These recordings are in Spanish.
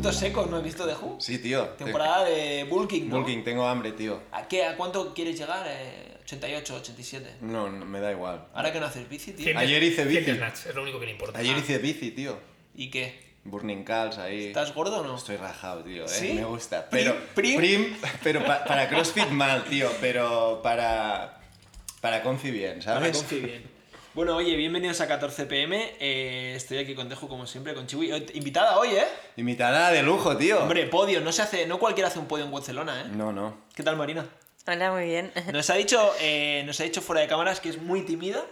has visto de Who? Sí, tío. Temporada de Bulking, ¿no? Bulking, tengo hambre, tío. ¿A qué? ¿A cuánto quieres llegar? Eh, 88, 87. No, no, me da igual. Ahora que no haces bici, tío. Sí. Ayer hice bici. Snatch, es lo único que le importa. Ah, Ayer hice bici, tío. ¿Y qué? Burning Calls ahí. ¿Estás gordo o no? Estoy rajado, tío. eh, ¿Sí? Me gusta. Prim, Pero, prim. prim, pero pa- para CrossFit mal, tío. Pero para. Para Confi bien, Ahora ¿sabes? confío bien. Bueno, oye, bienvenidos a 14pm. Eh, estoy aquí con Deju, como siempre, con Chiwi. Eh, Invitada hoy, ¿eh? Imitada de lujo, tío. Hombre, podio. No se hace, no cualquiera hace un podio en Barcelona, ¿eh? No, no. ¿Qué tal, Marina? Hola, muy bien. Nos ha dicho, eh, nos ha dicho fuera de cámaras que es muy tímida,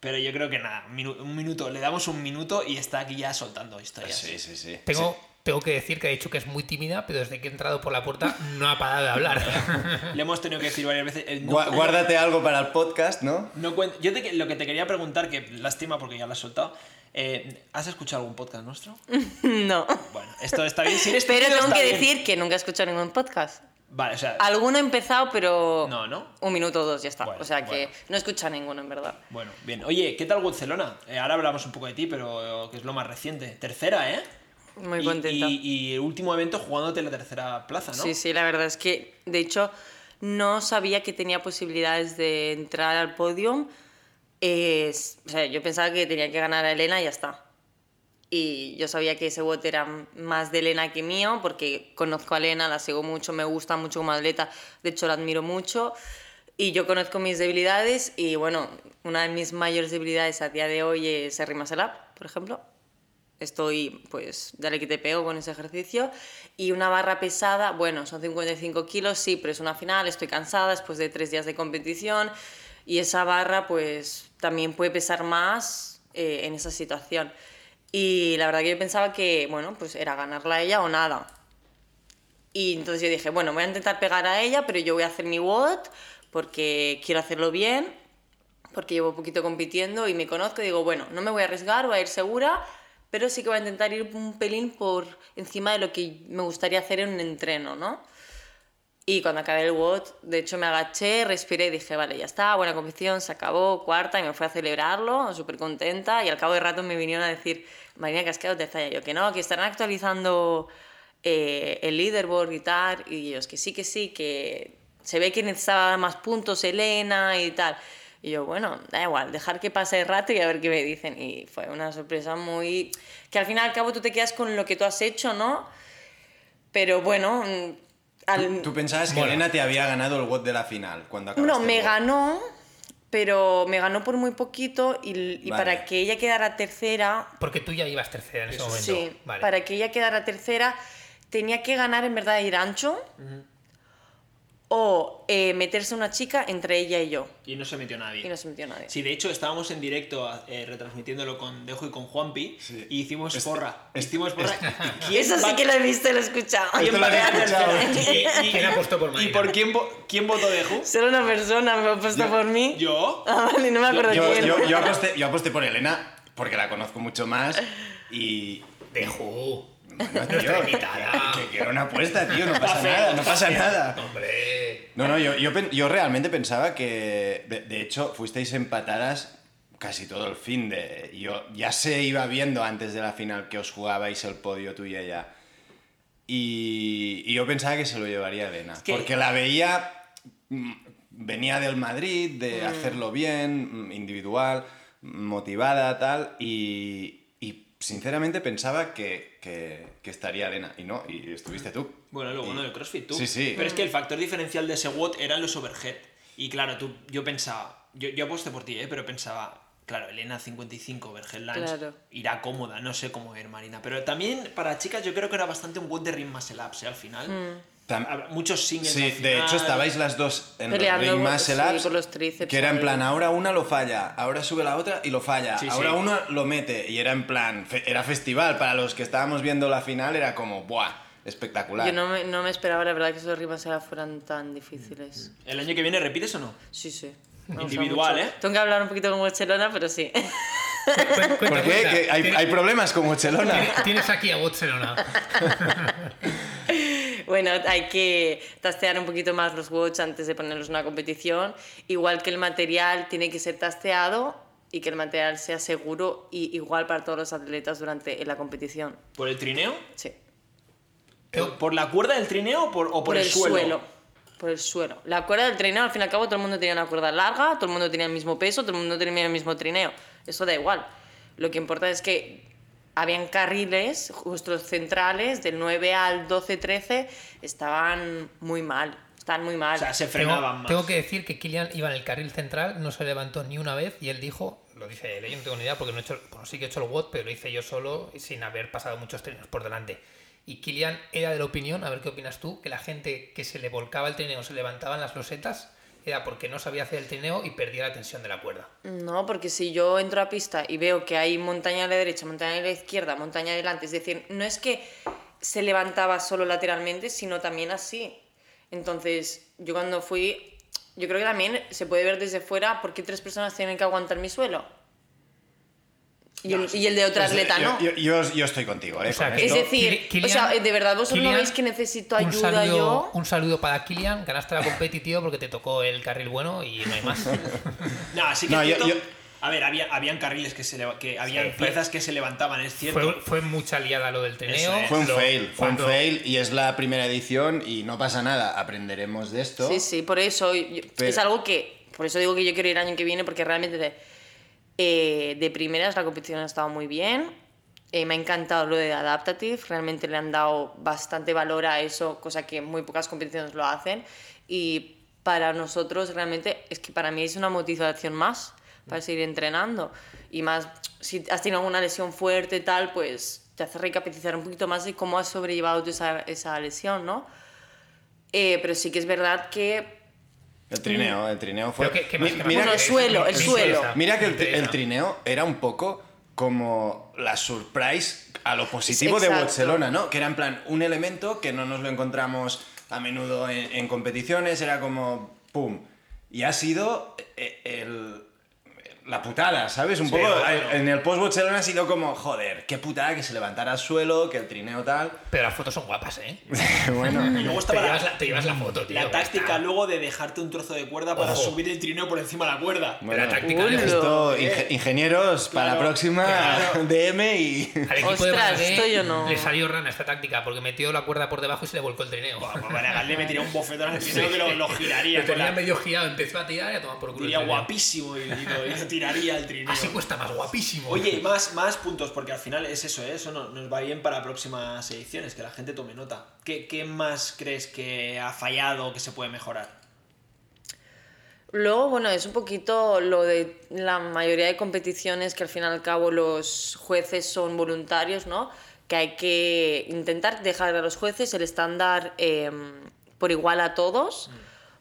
pero yo creo que nada, un minu- un minuto, le damos un minuto y está aquí ya soltando historias. ¿eh? Sí, sí, sí. Tengo, tengo que decir que ha dicho que es muy tímida, pero desde que he entrado por la puerta no ha parado de hablar. Le hemos tenido que decir varias veces. eh, no- Gua- Guárdate algo para el podcast, ¿no? no cuen- yo te que- lo que te quería preguntar, que lástima porque ya lo has soltado. eh, ¿Has escuchado algún podcast nuestro? No. Bueno, esto está bien. Si eres Pero tímido, tengo Este está que bien. decir que nunca he escuchado ningún podcast. Vale, o sea. Alguno he empezado, pero. No, ¿no? Un minuto o dos, ya está. Bueno, o sea que bueno. no he escuchado ninguno, en verdad. Bueno, bien. Oye, ¿qué tal Barcelona? Eh, ahora hablamos un poco de ti, pero eh, que es lo más reciente. Tercera, ¿eh? Muy Y- contenta. Y, y el último evento jugándote la tercera plaza, ¿no? Sí, sí, la verdad es que, de hecho, no sabía que tenía posibilidades de entrar al podium. Eh, s- o sea, yo pensaba que tenía que ganar a Elena y ya está. Y yo sabía que ese voto era m- más de Elena que mío, porque conozco a Elena, la sigo mucho, me gusta mucho como atleta, de hecho la admiro mucho. Y yo conozco mis debilidades y bueno, una de mis mayores debilidades a día de hoy es el Rimaselab, por ejemplo estoy, pues, dale que te pego con ese ejercicio. Y una barra pesada, bueno, son 55 kilos, sí, pero es una final, estoy cansada después de tres días de competición. Y esa barra, pues, también puede pesar más eh, en esa situación. Y la verdad que yo pensaba que, bueno, pues era ganarla a ella o nada. Y entonces yo dije, bueno, voy a intentar pegar a ella, pero yo voy a hacer mi WOD porque quiero hacerlo bien porque llevo poquito compitiendo y me conozco y digo, bueno, no me voy a arriesgar, voy a ir segura, pero sí que voy a intentar ir un pelín por encima de lo que me gustaría hacer en un entreno, ¿no? Y cuando acabé el WOT, de hecho me agaché, respiré y dije, vale, ya está, buena competición, se acabó, cuarta, y me fui a celebrarlo, súper contenta, y al cabo de rato me vinieron a decir, Marina, que has quedado tercera, Y yo que no, que estarán actualizando eh, el leaderboard y tal, y ellos que sí, que sí, que se ve que necesitaba más puntos Elena y tal. Y yo, bueno, da igual, dejar que pase el rato y a ver qué me dicen. Y fue una sorpresa muy... que al fin y al cabo tú te quedas con lo que tú has hecho, ¿no? Pero bueno... mm, al- Em, Tú, tú pensabas que Mola. Elena te había ganado el WOT de la final cuando acabaste. no, me el WOT. ganó, pero me ganó por muy poquito y, y Vale. para que ella quedara tercera, Porque tú ya ibas tercera en ese momento. sí, Vale. para que ella quedara tercera, tenía que ganar en verdad ir ancho o eh, meterse una chica entre ella y yo. Y no se metió nadie. Y no se metió nadie. Sí, de hecho estábamos en directo eh, retransmitiéndolo con Dejo y con Juanpi Sí. y hicimos Este- porra. este- Hicimos porra. ¿Quién Eso sí va- que lo he visto y lo he escuchado. Esto lo has va a quedar escuchado. tercero? ¿Y- y- quién apostó por ¿Y Marina? por quién, vo- quién votó Dejo? Solo una persona me ha puesto Yo- por mí. Yo. Ah, vale, no me acuerdo Yo, quién. yo, yo aposté, yo aposté por Elena porque la conozco mucho más y. Dejo. Bueno, tío, Nuestra que- invitada. que, que era una apuesta, tío, no pasa Está feo, nada, no pasa nada. Hombre. No, no, yo, yo, pen- yo realmente pensaba que, de, de hecho, fuisteis empatadas casi todo el fin de... Yo ya se iba viendo antes de la final que os jugabais el podio tú y ella. Y, y yo pensaba que se lo llevaría Elena, que- porque la veía... mm, Venía del Madrid, de hacerlo bien, mm, individual, motivada, tal, y, y sinceramente pensaba que, que- que estaría Elena, y no, y estuviste tú. Bueno, luego no, el CrossFit tú. Sí, sí. Pero es que el factor diferencial de ese WOT eran los overhead. Y claro, tú, yo pensaba, yo, yo aposté por ti, ¿eh? pero pensaba, claro, Elena 55, overhead lunge, Claro. irá cómoda, no sé cómo ir Marina. Pero también para chicas yo creo que era bastante un WOT de ring muscle ups, ¿eh? al final. Tam- Habrá muchos singles Sí, al de final. hecho estabais las dos en Peleando el ring por- muscle sí, ups, por los tríceps, que era en ahí. plan, ahora una lo falla, ahora sube la otra y lo falla, Sí, ahora sí. una lo mete y era en plan, fe- era festival, para los que estábamos viendo la final era como, ¡buah! Espectacular. Yo no me, no me esperaba, la verdad, que esos rimas ahora fueran tan difíciles. ¿El año que viene repites o no? Sí, sí. Me gusta Mm. Individual, mucho. ¿eh? Tengo que hablar un poquito con Barcelona, pero sí. Cuenta, ¿Por cuenta, qué? cuenta. Que hay, Tienes- hay problemas con Barcelona. Tienes aquí a Barcelona. Bueno, hay que tastear un poquito más los watch antes de ponerlos en una competición. Igual que el material tiene que ser tasteado y que el material sea seguro y igual para todos los atletas durante la competición. ¿Por el trineo? Sí. ¿Por, por la cuerda del trineo o por, o por por el, el suelo. Por el suelo. La cuerda del trineo, al fin y al cabo, todo el mundo tenía una cuerda larga, todo el mundo tenía el mismo peso, todo el mundo tenía el mismo trineo. Eso da igual. Lo que importa es que habían carriles, nuestros centrales, del 9 al 12-13, estaban muy mal. Están muy mal. O sea, se Tengo, frenaban más. tengo que decir que Kylian iba en el carril central, no se levantó ni una vez y él dijo, lo dice él, ¿eh? yo no tengo ni idea porque no he hecho, bueno, sí que he hecho el WOT, pero lo hice yo solo y sin haber pasado muchos trenes por delante. Y Kylian era de la opinión, a ver qué opinas tú, que la gente que se le volcaba el trineo, se levantaban las losetas, era porque no sabía hacer el trineo y perdía la tensión de la cuerda. No, porque si yo entro a pista y veo que hay montaña a la derecha, montaña a la izquierda, montaña adelante, es decir, no es que se levantaba solo lateralmente, sino también así. Entonces, yo cuando fui, yo creo que también se puede ver desde fuera por qué tres personas tienen que aguantar mi suelo. Y, el, Pues, eh, y el de otra atleta, yo, ¿no? yo, yo- yo estoy contigo, ¿eh? O sea, Con que- es esto- decir, Kyli- o sea, Kylian- de verdad, vosotros Kylian, no veis que necesito un ayuda saludo- yo. Un saludo para Kylian, ganaste la competi, tío, porque te tocó el carril bueno y no hay más. No, así que No, es yo- cierto- yo- A ver, había, habían carriles que se leva- que habían fue- piezas que se levantaban, es cierto. fue, fue mucha liada lo del trineo. Eso es. Fue un Lo- fail, fue un cuando- fail y es la primera edición y no pasa nada, aprenderemos de esto. Sí, sí, por eso. yo- Pero- Es algo que. Por eso digo que yo quiero ir el año que viene, porque realmente de, eh, de primeras la competición ha estado muy bien. Eh, me ha encantado lo de Adaptative. Realmente le han dado bastante valor a eso, cosa que muy pocas competiciones lo hacen. Y para nosotros, realmente, es que para mí es una motivación más para seguir entrenando. Y más, si has tenido alguna lesión fuerte, tal, pues te hace recapitalizar un poquito más de cómo has sobrellevado tú esa, esa lesión, ¿no? Eh, pero sí que es verdad que El trineo, el trineo fue... Pero que- que más- Mi- que más mira Bueno, que- el suelo, el me suelo. interesa, Mira que me el, tri- el interesa. trineo era un poco como la surprise a lo positivo de Exacto. Barcelona, ¿no? Que era en plan un elemento que no nos lo encontramos a menudo en, en competiciones, era como pum. Y ha sido eh, el- la putada, ¿sabes? Un Sí, poco eh, bueno. en el post Barcelona ha sido como joder, qué putada que se levantara al suelo, que el trineo tal. Pero las fotos son guapas, ¿eh? bueno, Y luego Te estaba llevas, la, la, te Mm, llevas la foto, tío. la ya táctica está. luego de dejarte un trozo de cuerda para Ojo. subir el trineo por encima de la cuerda. Bueno, la táctica Uy, de- lo- esto eh. inge- ingenieros para la Claro, próxima claro. DM y Al equipo de Ostras, Bangladesh esto yo no. le salió rana esta táctica porque metió la cuerda por debajo y se le volcó el trineo. Buah, pues Maragall me tiró un bofetón al trineo que lo, lo giraría. Lo con tenía la- medio girado, empezó a tirar y a tomar por culo. el diría trineo. guapísimo y, y lo, y lo tiraría al trineo. Así cuesta más, guapísimo. Oye, y más, más puntos, porque al final es eso, ¿eh? eso no- nos va bien para próximas ediciones, que la gente tome nota. ¿Qué, qué más crees que ha fallado o que se puede mejorar? Luego, bueno, es un poquito lo de la mayoría de competiciones que al fin y al cabo los jueces son voluntarios, ¿no? Que hay que intentar dejar a los jueces el estándar eh, por igual a todos,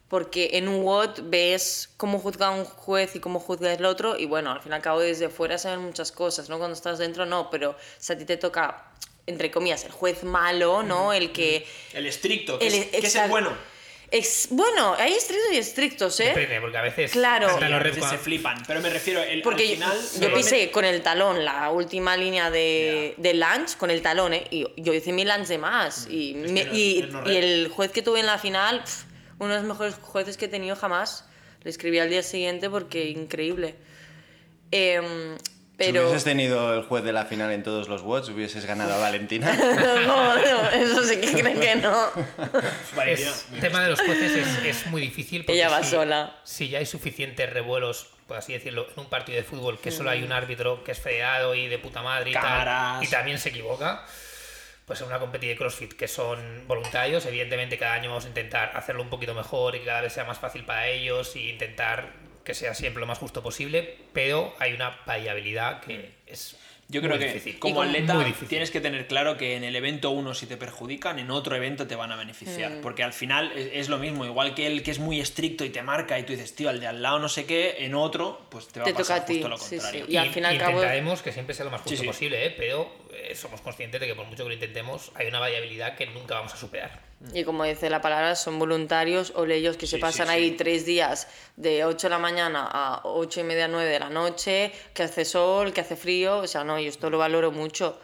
porque en un WOT ves cómo juzga un juez y cómo juzga el otro, y bueno, al fin y al cabo desde fuera se ven muchas cosas, ¿no? Cuando estás dentro no, pero si a ti te toca, entre comillas, el juez malo, ¿no? El que... El estricto, que, el- es, que es el exacto. bueno. Ex- bueno, hay estrictos y estrictos, ¿eh? Depende, porque a veces. Claro. cantan Y a los Red veces se Hot- flipan, pero me refiero, el, Porque al final... yo normalmente- pisé con el talón la última línea de, de lunge, con el talón, ¿eh? y yo hice mi lunge de más. Y, Mm, es me- que no- y- es no y red. el juez que tuve en la final, pf, uno de los mejores jueces que he tenido jamás, le escribí al día siguiente porque Mm. increíble. Em, Si pero... hubieses tenido el juez de la final en todos los Watts, hubieses ganado a Valentina. No, no, eso sí que creen que no. Vale, Es, mira, tema de los jueces es, es muy difícil. porque Ella va si- sola. Si ya hay suficientes revuelos, por así decirlo, en un partido de fútbol que solo Mm. hay un árbitro que es federado y de puta madre y, tal, Cámaras. y también se equivoca, pues en una competición de CrossFit que son voluntarios, evidentemente cada año vamos a intentar hacerlo un poquito mejor y que cada vez sea más fácil para ellos y intentar que sea siempre lo más justo posible, pero hay una variabilidad que es Yo creo muy que difícil. como Y atleta muy difícil. tienes que tener claro que en el evento uno si te perjudican, en otro evento te van a beneficiar. Mm. Porque al final es, es lo mismo, igual que el que es muy estricto y te marca y tú dices, tío, al de al lado no sé qué, en otro pues te va Te a toca pasar a ti, justo lo sí, contrario. sí. Y al fin y al cabo- intentaremos que siempre sea lo más justo sí. posible, ¿eh? pero eh, somos conscientes de que por mucho que lo intentemos, hay una variabilidad que nunca vamos a superar. Y como dice la palabra, son voluntarios o ellos que Mm. se Sí, pasan sí, sí. ahí tres días de 8 de la mañana a 8 y media, 9 de la noche, que hace sol, que hace frío. O sea, no, yo esto lo valoro mucho.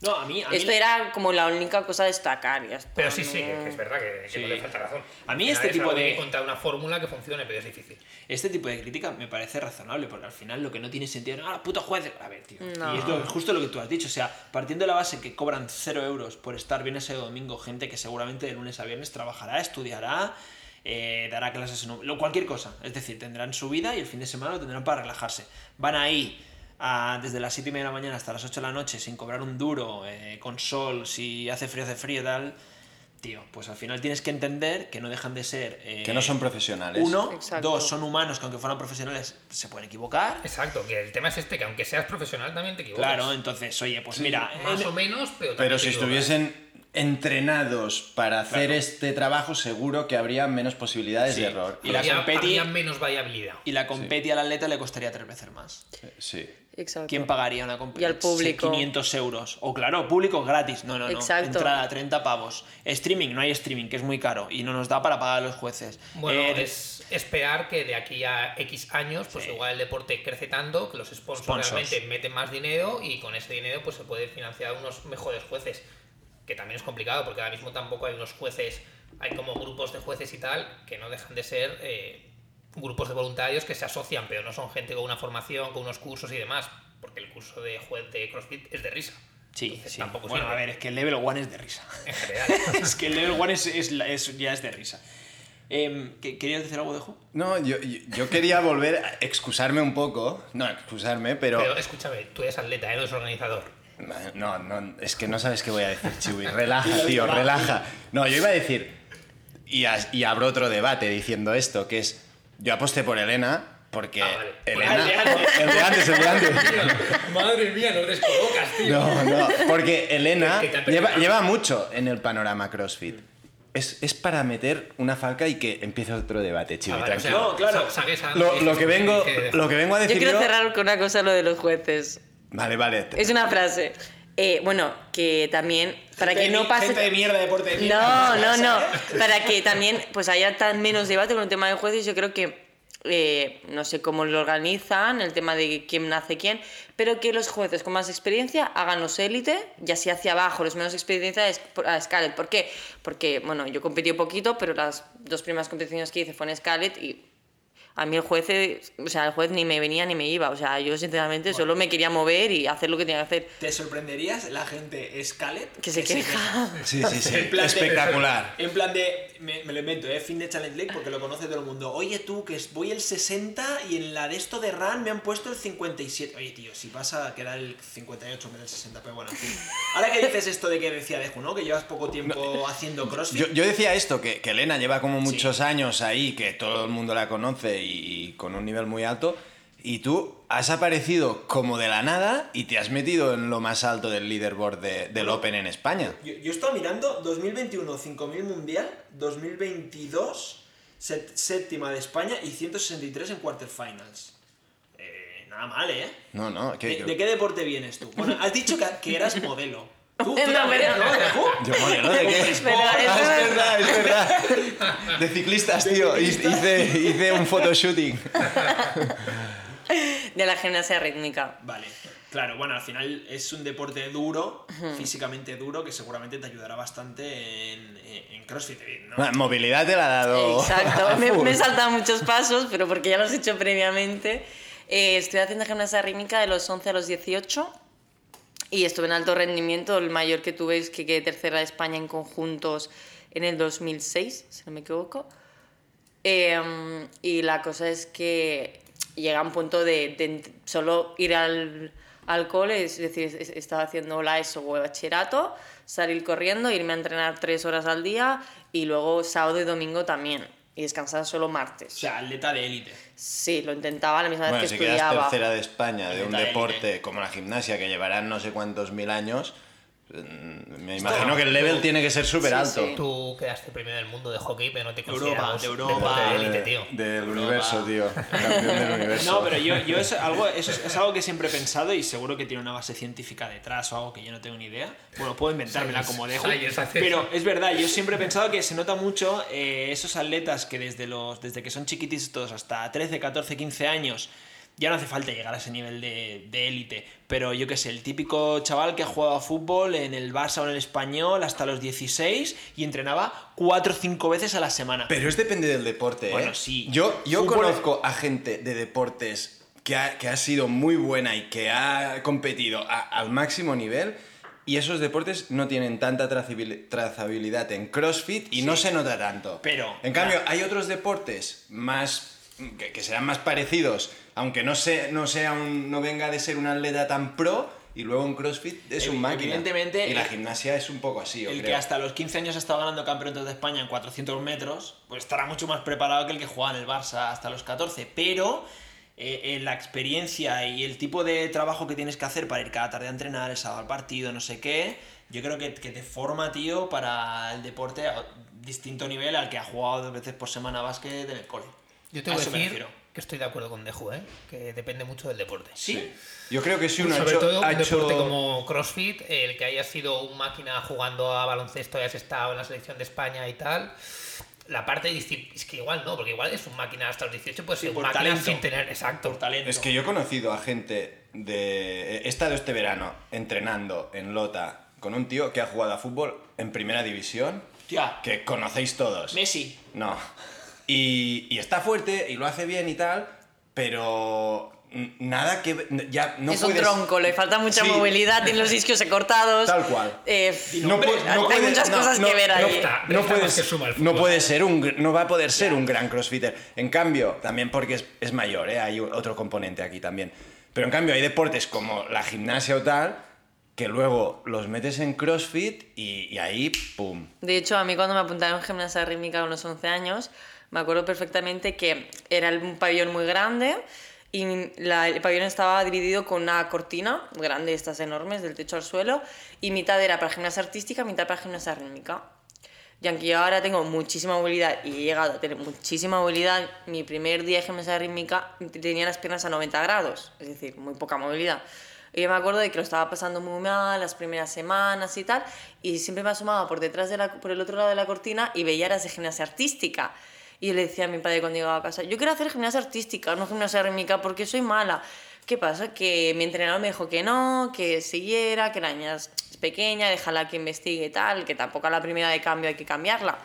No, a mí. A mí Esto era como la única cosa a destacar. Ya está, Pero sí, sí, no- que es verdad que, que Sí. no le falta razón. A mí Al este final es tipo algo de- que Encontrar una fórmula que funcione, pero es difícil. Este tipo de crítica me parece razonable, porque al final lo que no tiene sentido es, ah, puto juez. A ver, tío. No. Y es lo- justo lo que tú has dicho. O sea, partiendo de la base que cobran cero euros por estar viernes ese domingo, gente que seguramente de lunes a viernes trabajará, estudiará, eh, dará clases en un- lo- cualquier cosa. Es decir, tendrán su vida y el fin de semana lo tendrán para relajarse. Van ahí. a- desde las 7 y media de la mañana hasta las 8 de la noche sin cobrar un duro, eh, con sol, si hace frío, hace frío, tal. Tío, pues al final tienes que entender que no dejan de ser. eh, Que no son profesionales. Uno, Exacto. dos, son humanos que aunque fueran profesionales se pueden equivocar. Exacto, que el tema es este, que aunque seas profesional también te equivocas. Claro, entonces, oye, pues mira, Más en- o menos, pero también Pero te si equivocas. estuviesen entrenados para hacer Claro. este trabajo, seguro que habría menos posibilidades Sí. de error. Y la Habría- competi- habría menos variabilidad. y la competi al atleta le costaría tres veces más. Sí. Exacto. ¿Quién pagaría una competi? Y al público. 500 euros. O claro, público gratis. No, no, no. Exacto. Entrada, 30 pavos. Streaming, no hay streaming, que es muy caro y no nos da para pagar a los jueces. Bueno, Eh, es esperar que de aquí a X años, pues igual el deporte crece tanto, que los sponsors, Sponsors. realmente meten más dinero y con ese dinero pues se puede financiar unos mejores jueces. Que también es complicado porque ahora mismo tampoco hay unos jueces, hay como grupos de jueces y tal, que no dejan de ser eh, grupos de voluntarios que se asocian, pero no son gente con una formación, con unos cursos y demás, porque el curso de juez de CrossFit es de risa. Sí, Entonces, sí. tampoco Bueno, a sirve. ver, es que el level one es de risa. En general. es que el level one es, es la- es- ya es de risa. Em, ¿que- ¿Querías decir algo, Dejo? No, yo, yo- yo quería volver a excusarme un poco. No, excusarme, pero... Pero escúchame, tú eres atleta, ¿eh? no eres organizador. No, no, es que no sabes qué voy a decir, Chiwi. Relaja, tío, relaja. No, yo iba a decir... Y, as- y abro otro debate diciendo esto, que es... Yo aposté por Elena porque... Ah, vale. Ah, Elena... el de antes. El de antes, el de antes. Madre mía, no descolocas, tío. No, no, porque Elena Que te ha lleva, perdonado. lleva mucho en el panorama CrossFit. Es, es para meter una falca y que empiece otro debate, chivo. Ah, vale, o sea, No, claro. sa- saques a- lo, lo que vengo, lo que vengo a Yo decir quiero cerrar con una cosa lo de los jueces. Vale, vale. te- Es una frase. Eh, bueno, que también, para que no pase... Gente de mierda, deporte de mierda. No, no, no. Para que también pues haya tan menos debate con el tema de jueces, yo creo que eh, no sé cómo lo organizan, el tema de quién hace quién, pero que los jueces con más experiencia hagan los élite y así hacia abajo, los menos experiencia es- a Scarlett. ¿Por qué? Porque, bueno, yo competí poquito, pero las dos primeras competiciones que hice fueron en Scarlett y a mí el juez, eh, o sea, el juez ni me venía ni me iba. O sea, yo sinceramente solo me quería mover y hacer lo que tenía que hacer. Te sorprenderías la gente Scalet Que se queja. Sí, sí, sí. En plan de- Espectacular. En plan de, me, me lo invento, ¿eh? Fin de Challenge League porque lo conoce todo el mundo. Oye tú, que es- voy el 60 y en la de esto de RAN me han puesto el 57. Oye tío, si vas a quedar el 58 en vez del 60, pero bueno, en fin. Ahora que dices esto de que decía Deju, ¿no? Que llevas poco tiempo haciendo crossfit. eh, Yo, yo decía esto, que, que Elena lleva como muchos años ahí, que todo el mundo la conoce y, y con un nivel muy alto, y tú has aparecido como de la nada y te has metido en lo más alto del leaderboard de- del Open en España. Yo, yo estaba mirando 2021 5000 mundial, 2022 set- séptima de España y 163 en quarterfinals. Eh, nada mal, ¿eh? No, no, que- ¿De, de qué deporte vienes tú? Bueno, has dicho que, que eras modelo. ¿Tú, tú No, también, pero- ¿no? Dejú. Yo modelo de qué? Es verdad, es Ah, es verdad. verdad, es verdad. De ciclistas, tío. Hice, hice un photoshooting. De la gimnasia rítmica. Vale, claro, bueno, al final es un deporte duro, físicamente duro, que seguramente te ayudará bastante en, en- en CrossFit. ¿no? Bueno, movilidad te la ha dado. Exacto, me, Full. me he saltado muchos pasos, pero porque ya los he hecho previamente. Eh, estoy haciendo gimnasia rítmica de los 11 a los 18 y estuve en alto rendimiento. El mayor que tuve es que quedé tercera de España en conjuntos en el 2006, si no me equivoco. Eh, y la cosa es que llega un punto de, de ent- solo ir al, al cole, es decir, es- estaba haciendo la ESO o el bachillerato, salir corriendo, irme a entrenar tres horas al día y luego sábado y domingo también. Y descansar solo O martes. sea, atleta de élite. Sí, lo intentaba la misma Bueno, vez si que quedas estudiaba. tercera de España de un Está bien, deporte ¿eh? como la gimnasia que llevarán no sé cuántos mil años, mm, me imagino que el level tiene que ser súper alto. sí. Tú quedaste primero del mundo de hockey, pero no te Europa, considerabas de Europa. deporte de Del- élite, tío. Del universo, tío. Campeón del universo. No, pero yo, yo es, algo, eso es, es algo que siempre he pensado y seguro que tiene una base científica detrás o algo que yo no tengo ni idea. Bueno, puedo inventármela como dejo. Science, science. Pero es verdad, yo siempre he pensado que se nota mucho eh, esos atletas que desde, los, desde que son chiquititos hasta 13, 14, 15 años ya no hace falta llegar a ese nivel de de élite, pero yo qué sé, el típico chaval que ha jugado a fútbol en el Barça o en el Español hasta los 16 y entrenaba 4 o 5 veces a la semana. Pero es depende del deporte. ¿eh? Bueno, sí. Yo, yo Fútbol- conozco a gente de deportes que ha, que ha sido muy buena y que ha competido a- al máximo nivel. Y esos deportes no tienen tanta trazabil- trazabilidad en CrossFit y no se nota tanto. Pero, En cambio, hay otros deportes más. que, que serán más parecidos, aunque no, se, no, sea un, no venga de ser un atleta tan pro. Y luego en CrossFit es Evi- un máquina. evidentemente, Y la el- gimnasia es un poco así, yo el que creo. hasta los 15 años ha estado ganando campeonatos de España en 400 metros, pues estará mucho más preparado que el que juega en el Barça hasta los 14. Pero eh, eh, la experiencia y el tipo de trabajo que tienes que hacer para ir cada tarde a entrenar, el sábado al partido, no sé qué, yo creo que, que te forma, tío, para el deporte a distinto nivel al que ha jugado dos veces por semana a básquet en el cole. Yo tengo A que eso me decir refiero. que estoy de acuerdo con Deju, ¿eh? que depende mucho del deporte. ¿Sí? Yo creo que si uno ha Pues Sobre hecho- todo un ha hecho- deporte como CrossFit, el que haya sido un máquina jugando a baloncesto, hayas estado en la selección de España y tal. La parte de disci- es que igual no, porque igual es un máquina hasta los 18, pues Sí, ser por un máquina talento. sin tener. Exacto. Por talento. Es que yo he conocido a gente de. He estado este verano entrenando en Lota con un tío que ha jugado a fútbol en primera división, Hostia, que conocéis todos. Messi. No. Y, y está fuerte y lo hace bien y tal, pero n- nada que. ve- Ya no es un puedes- tronco, le falta mucha Sí, movilidad, tiene los isquios cortados. Tal cual. Eh, No hombre, puede- no hay puede- muchas no, cosas no, que ver no ahí. está. no Resta puede, más Ah, que suma el no fútbol. puede ser un gr- no va a poder ser un gran crossfitter en cambio también porque es, es mayor ¿eh? hay un- otro componente aquí también pero en cambio hay deportes como la gimnasia o tal que luego los metes en crossfit y, y ahí pum De hecho, a mí cuando me apuntaron en gimnasia rítmica a unos 11 años, me acuerdo perfectamente que era un pabellón muy grande y la- el pabellón estaba dividido con una cortina grande, estas enormes, del techo al suelo, y mitad era para gimnasia artística, mitad para gimnasia rítmica. Y aunque yo ahora tengo muchísima movilidad y he llegado a tener muchísima movilidad, mi primer día de gimnasia rítmica tenía las piernas a 90 grados, es decir, muy poca movilidad. Y yo me acuerdo de que lo estaba pasando muy mal las primeras semanas y tal, y siempre me asomaba por detrás de la, por el otro lado de la cortina y veía las de gimnasia artística. Y yo le decía a mi padre cuando llegaba a casa, yo quiero hacer gimnasia artística, no gimnasia rítmica, porque soy mala. ¿Qué pasa? Que mi entrenador me dijo que no, que siguiera, que la niña es es pequeña, déjala que investigue y tal, que tampoco a la primera de cambio hay que cambiarla.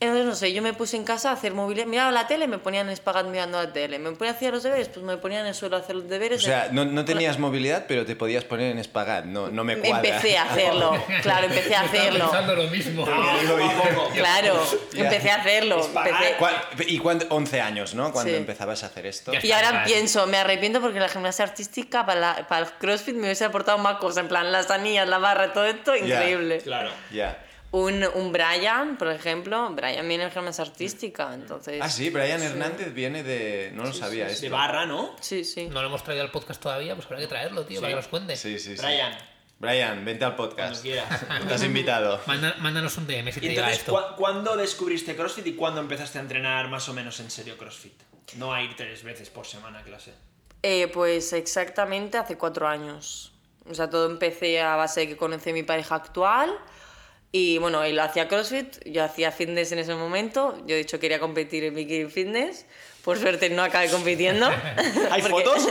Entonces, no sé, yo me puse en casa a hacer movilidad, miraba la tele, me ponían en espagat mirando la tele, me ponía a hacer los deberes, pues me ponían en el suelo a hacer los o deberes. eh, sea no, no tenías movilidad pero te podías poner en espagat no, no me cuadra Empecé a hacerlo, claro, empecé a Yo estaba hacerlo. pensando lo mismo. Ah, poco a poco. Claro, empecé a hacerlo. Espagat. empecé- ¿Cuál- y cuándo 11 años no cuando Sí. empezabas a hacer esto Ya. Y ahora Vale. pienso, me arrepiento porque la gimnasia artística para, la- para el CrossFit me hubiese aportado más cosas, en plan las anillas, la barra, todo esto, increíble. Claro. ya Un, un Brian, por ejemplo, Brian viene en gimnasia artística, entonces... ah sí Brian Hernández viene de no lo sabía esto De barra, ¿no? Sí, sí. No lo hemos traído al podcast todavía, pues habrá que traerlo, tío, para que nos cuente. Sí, sí, sí. Brian, Brian, vente al cuando podcast. quieras. Estás invitado. Manda- mándanos un DM si Y te llega entonces, esto. ¿cu- ¿cuándo descubriste CrossFit y cuándo empezaste a entrenar más o menos en serio CrossFit? No a ir tres veces por semana a clase. Eh, pues exactamente hace cuatro años. O sea, todo empecé a base de que conocí a mi pareja actual. Y bueno, él hacía CrossFit, yo hacía fitness en ese momento. Yo, de hecho, quería competir en Bikini Fitness. Por suerte no acabé compitiendo. ¿Hay Porque- fotos?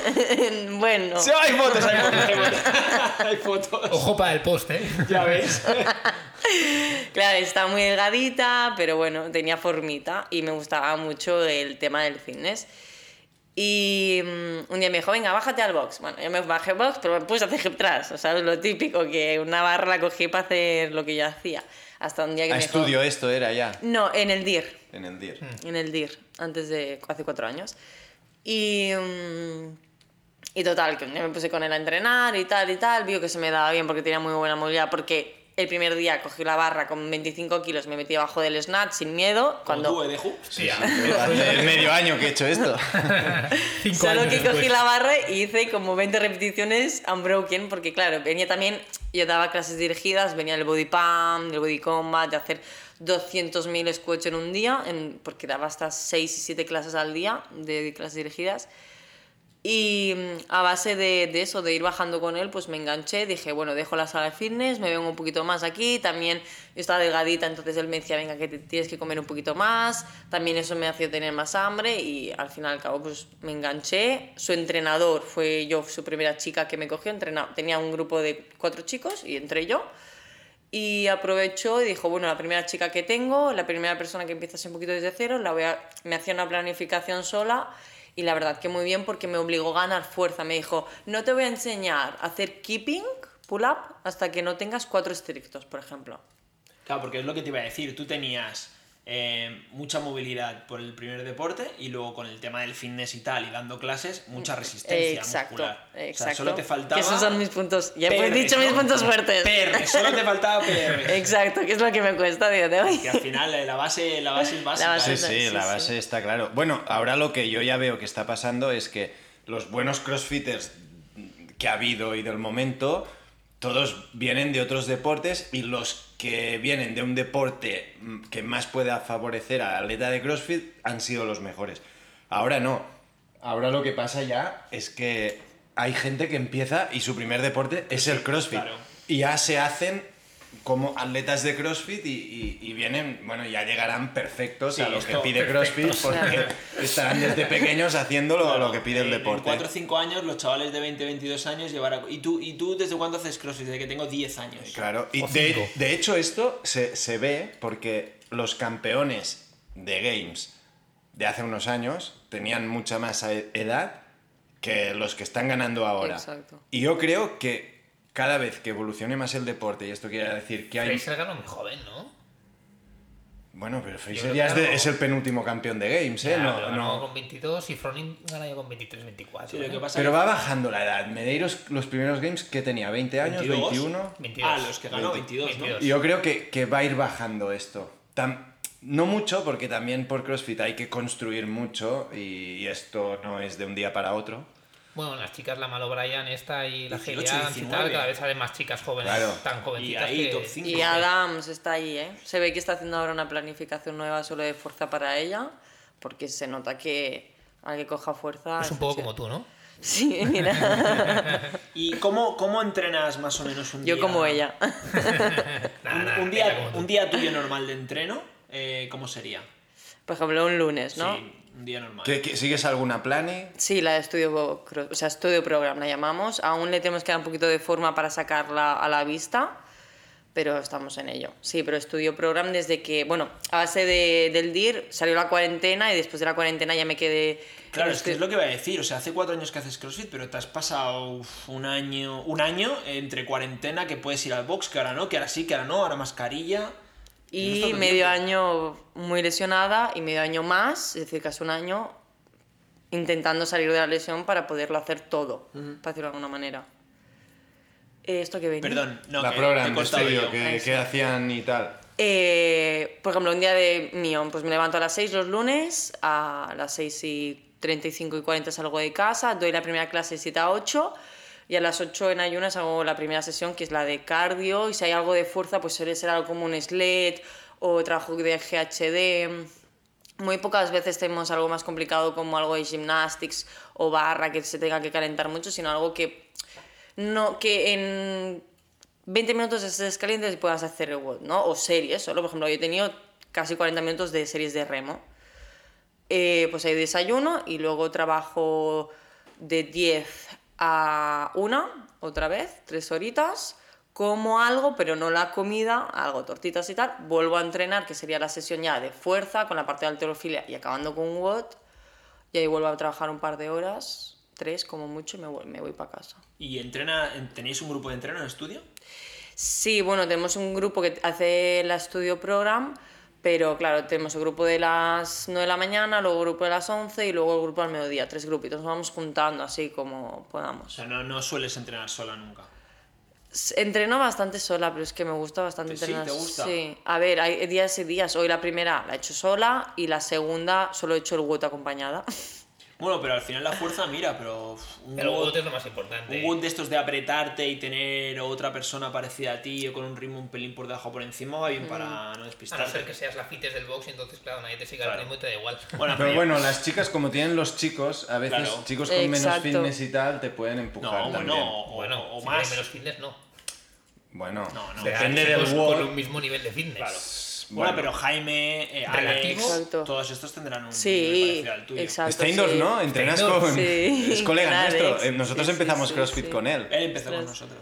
bueno. Sí, hay fotos, hay fotos, hay fotos. Hay fotos. Ojo para el post, ¿eh? Ya ves. Claro, estaba muy delgadita, pero bueno, tenía formita y me gustaba mucho el tema del fitness. Y mm, un día me dijo, venga, bájate al box. Bueno, yo me bajé al box, pero me puse a hacer hip thrust, o sea, lo típico, que una barra la cogí para hacer lo que yo hacía. Hasta un día que A me dijo- Ah, estudio esto era ya, No, en el DIR. en el DIR. en el DIR, antes de hace cuatro años. Y, mm, y total, que un día me puse con él a entrenar y tal y tal, vio que se me daba bien porque tenía muy buena movilidad, porque el primer día cogí la barra con 25 kilos, me metí abajo del snatch sin miedo, Cuando tú, cuando... ¿eh, Deju? Sí, Mm. hace el medio año que he hecho esto. Cinco Solo años que cogí después. la barra y hice como 20 repeticiones unbroken, porque claro, venía también, yo daba clases dirigidas, venía el body pump, el body combat, de hacer 200.000 squats en un día, en- porque daba hasta 6 y 7 clases al día de clases dirigidas. Y mm, a base de, de eso, de ir bajando con él, pues me enganché. Dije, bueno, dejo la sala de fitness, me vengo un poquito más aquí. También yo estaba delgadita, entonces él me decía, venga, que te tienes que comer un poquito más. También eso me hacía tener más hambre y al final, al cabo, pues me enganché. Su entrenador fue yo, su primera chica que me cogió. entrenaba Tenía un grupo de cuatro chicos y entré yo. Y aprovechó y dijo, bueno, la primera chica que tengo, la primera persona que empieza así un poquito desde cero, la voy a... me hacía una planificación sola y la verdad que muy bien porque me obligó a ganar fuerza. Me dijo, no te voy a enseñar a hacer keeping, pull-up, hasta que no tengas cuatro estrictos, por ejemplo. Claro, porque es lo que te iba a decir. Tú tenías eh, mucha movilidad por el primer deporte y luego con el tema del fitness y tal y dando clases, mucha resistencia Este, exacto, muscular. O sea, exacto. solo te faltaba. Que esos son mis puntos, ya he PR, dicho mis ¿no? puntos fuertes. PR, solo te faltaba PR. Exacto, que es lo que me cuesta a día de hoy. Que al final eh, la base, la base es básica. base ¿eh? Sí, es- sí, sí, la sí. base está claro. Bueno, ahora lo que yo ya veo que está pasando es que los buenos crossfitters que ha habido y del momento, todos vienen de otros deportes y los que vienen de un deporte mm, que más pueda favorecer al atleta de crossfit han sido los mejores. Ahora no. Ahora lo que pasa ya es que hay gente que empieza y su primer deporte es el crossfit. claro. Y ya se hacen como atletas de CrossFit y, y- y vienen, bueno, ya llegarán perfectos Sí, a lo que esto, pide CrossFit perfectos. porque estarán desde pequeños haciendo lo, lo que pide el En- En deporte. 4 o 5 años, los chavales de 20, 22 años llevarán. ¿Y tú, ¿Y tú desde cuándo haces crossfit? Desde que tengo 10 años. Claro, y O de, cinco. de hecho esto se, se ve porque los campeones de games de hace unos años tenían mucha más e- edad que los que están ganando ahora. Exacto. Y yo creo que cada vez que evolucione más el deporte, y esto quiere decir que hay... Fraser ganó muy joven, ¿eh? ¿no? Bueno, pero creo Fraser que ya es, de- ganó. es el penúltimo campeón de games, ¿eh? Ya, No- pero no, ganó con 22 y Froning gana ya con ¿eh? 23, 24. Sí, lo que ¿no? pasa Pero es- va bajando la edad. Medeiros, los primeros games que tenía, 20 años, 22. 21. 22. Ah, los que ganó, 22, 22. ¿no? Y Yo creo que, que va a ir bajando esto. Tam- no mucho, porque también por CrossFit hay que construir mucho y, esto no es de un día para otro. Bueno, las chicas, la Malo Bryan esta y la 18, Gerian y 19. tal, cada vez salen más chicas jóvenes, Claro. tan Y jovencitas ahí, que... top 5. Y Adams está ahí, ¿eh? Se ve que está haciendo ahora una planificación nueva solo de fuerza para ella, porque se nota que al que coja fuerza... Ah, Es un poco como tú, ¿no? Sí, mira, ¿Y cómo, cómo entrenas más o menos un día? yo como ella. Nah, Un, nah, un ella día, como tú. un día tuyo normal de entreno, eh, ¿cómo sería? Por ejemplo, un lunes, ¿no? Sí, un día normal. ¿Qué- qué- sigues alguna plane? Sí, la de estudio, cro- o sea, estudio program la llamamos. Aún le tenemos que dar un poquito de forma para sacarla a la vista, pero estamos en ello. Sí, pero estudio program desde que, bueno, a base de- del DIR salió la cuarentena y después de la cuarentena ya me quedé... Claro, en es que es lo que iba a decir. O sea, hace cuatro años que haces CrossFit, pero te has pasado uf, un año, un año entre cuarentena que puedes ir al box, que ahora no, que ahora sí, que ahora no, ahora mascarilla. no está Y todo medio bien. año muy lesionada y medio año más, es decir, casi un año intentando salir de la lesión para poderlo hacer todo, para decirlo de alguna manera. Eh, ¿Esto que venía? Perdón, no, la que te program he de cortado estudio yo. que, Ahí que hacían y tal. Eh, por ejemplo, un día de mío, pues me levanto a las 6 los lunes, a las 6 y 35 y 40 salgo de casa, doy la primera clase de 7 a 8 y a las 8 en ayunas hago la primera sesión que es la de cardio y si hay algo de fuerza pues suele ser algo como un sled o trabajo de GHD. Muy pocas veces tenemos algo más complicado como algo de gymnastics o barra que se tenga que calentar mucho, sino algo que no que en 20 minutos estés caliente y puedas hacer el WOD, ¿no? O series solo. Por ejemplo, yo he tenido casi 40 minutos de series de remo. Eh, pues hay desayuno y luego trabajo de 10 a 1, otra vez, 3 horitas. Como algo, pero no la comida, algo, tortitas y tal. Vuelvo a entrenar, que sería la sesión ya de fuerza, con la parte de alterofilia y acabando con un WOD. Y ahí vuelvo a trabajar un par de horas, tres como mucho, y me voy, me voy para casa. ¿Y entrena, tenéis un grupo de entreno en el estudio? Sí, bueno, tenemos un grupo que hace la estudio program, pero claro, tenemos el grupo de las 9 de la mañana, luego el grupo de las 11 y luego el grupo al mediodía, tres grupitos, nos vamos juntando así como O podamos. sea, no, no sueles entrenar sola nunca. S- Entreno bastante sola, pero es que me gusta bastante Sí, entrenar. ¿te gusta? Sí. a ver, hay Ah, días y días. Hoy la primera la he hecho sola y la segunda solo he hecho el hueto acompañada. Bueno, pero al final la fuerza mira, pero uf, un Pero WOD- Wood es lo más un importante. WOD de estos de apretarte y tener otra persona parecida a ti o con un ritmo un pelín por debajo o por encima va bien para no A despistarte. no ser Mm, que seas la fites del box y entonces, claro, nadie te siga Claro. el ritmo y te da igual. Bueno, Pero yo- bueno, las chicas, como tienen los chicos, a veces Ah, Claro. chicos con menos Exacto. fitness y tal te pueden empujar no, también. bueno, o, bueno, o si no hay más. menos fitness, no. Bueno, No, no. depende Serán del chicos WOD. Con un mismo nivel de fitness. Claro. Bueno, Bueno. pero Jaime, eh, Alex, Relativo. Exacto. todos estos tendrán un nivel Sí, parecido al tuyo. exacto. Steindorf, sí. ¿no? Entrenas Steindorf. con... Sí. Es colega Con Alex. nuestro. Eh, Nosotros Sí, sí, empezamos sí, CrossFit sí. con él. Él empezó con nosotros.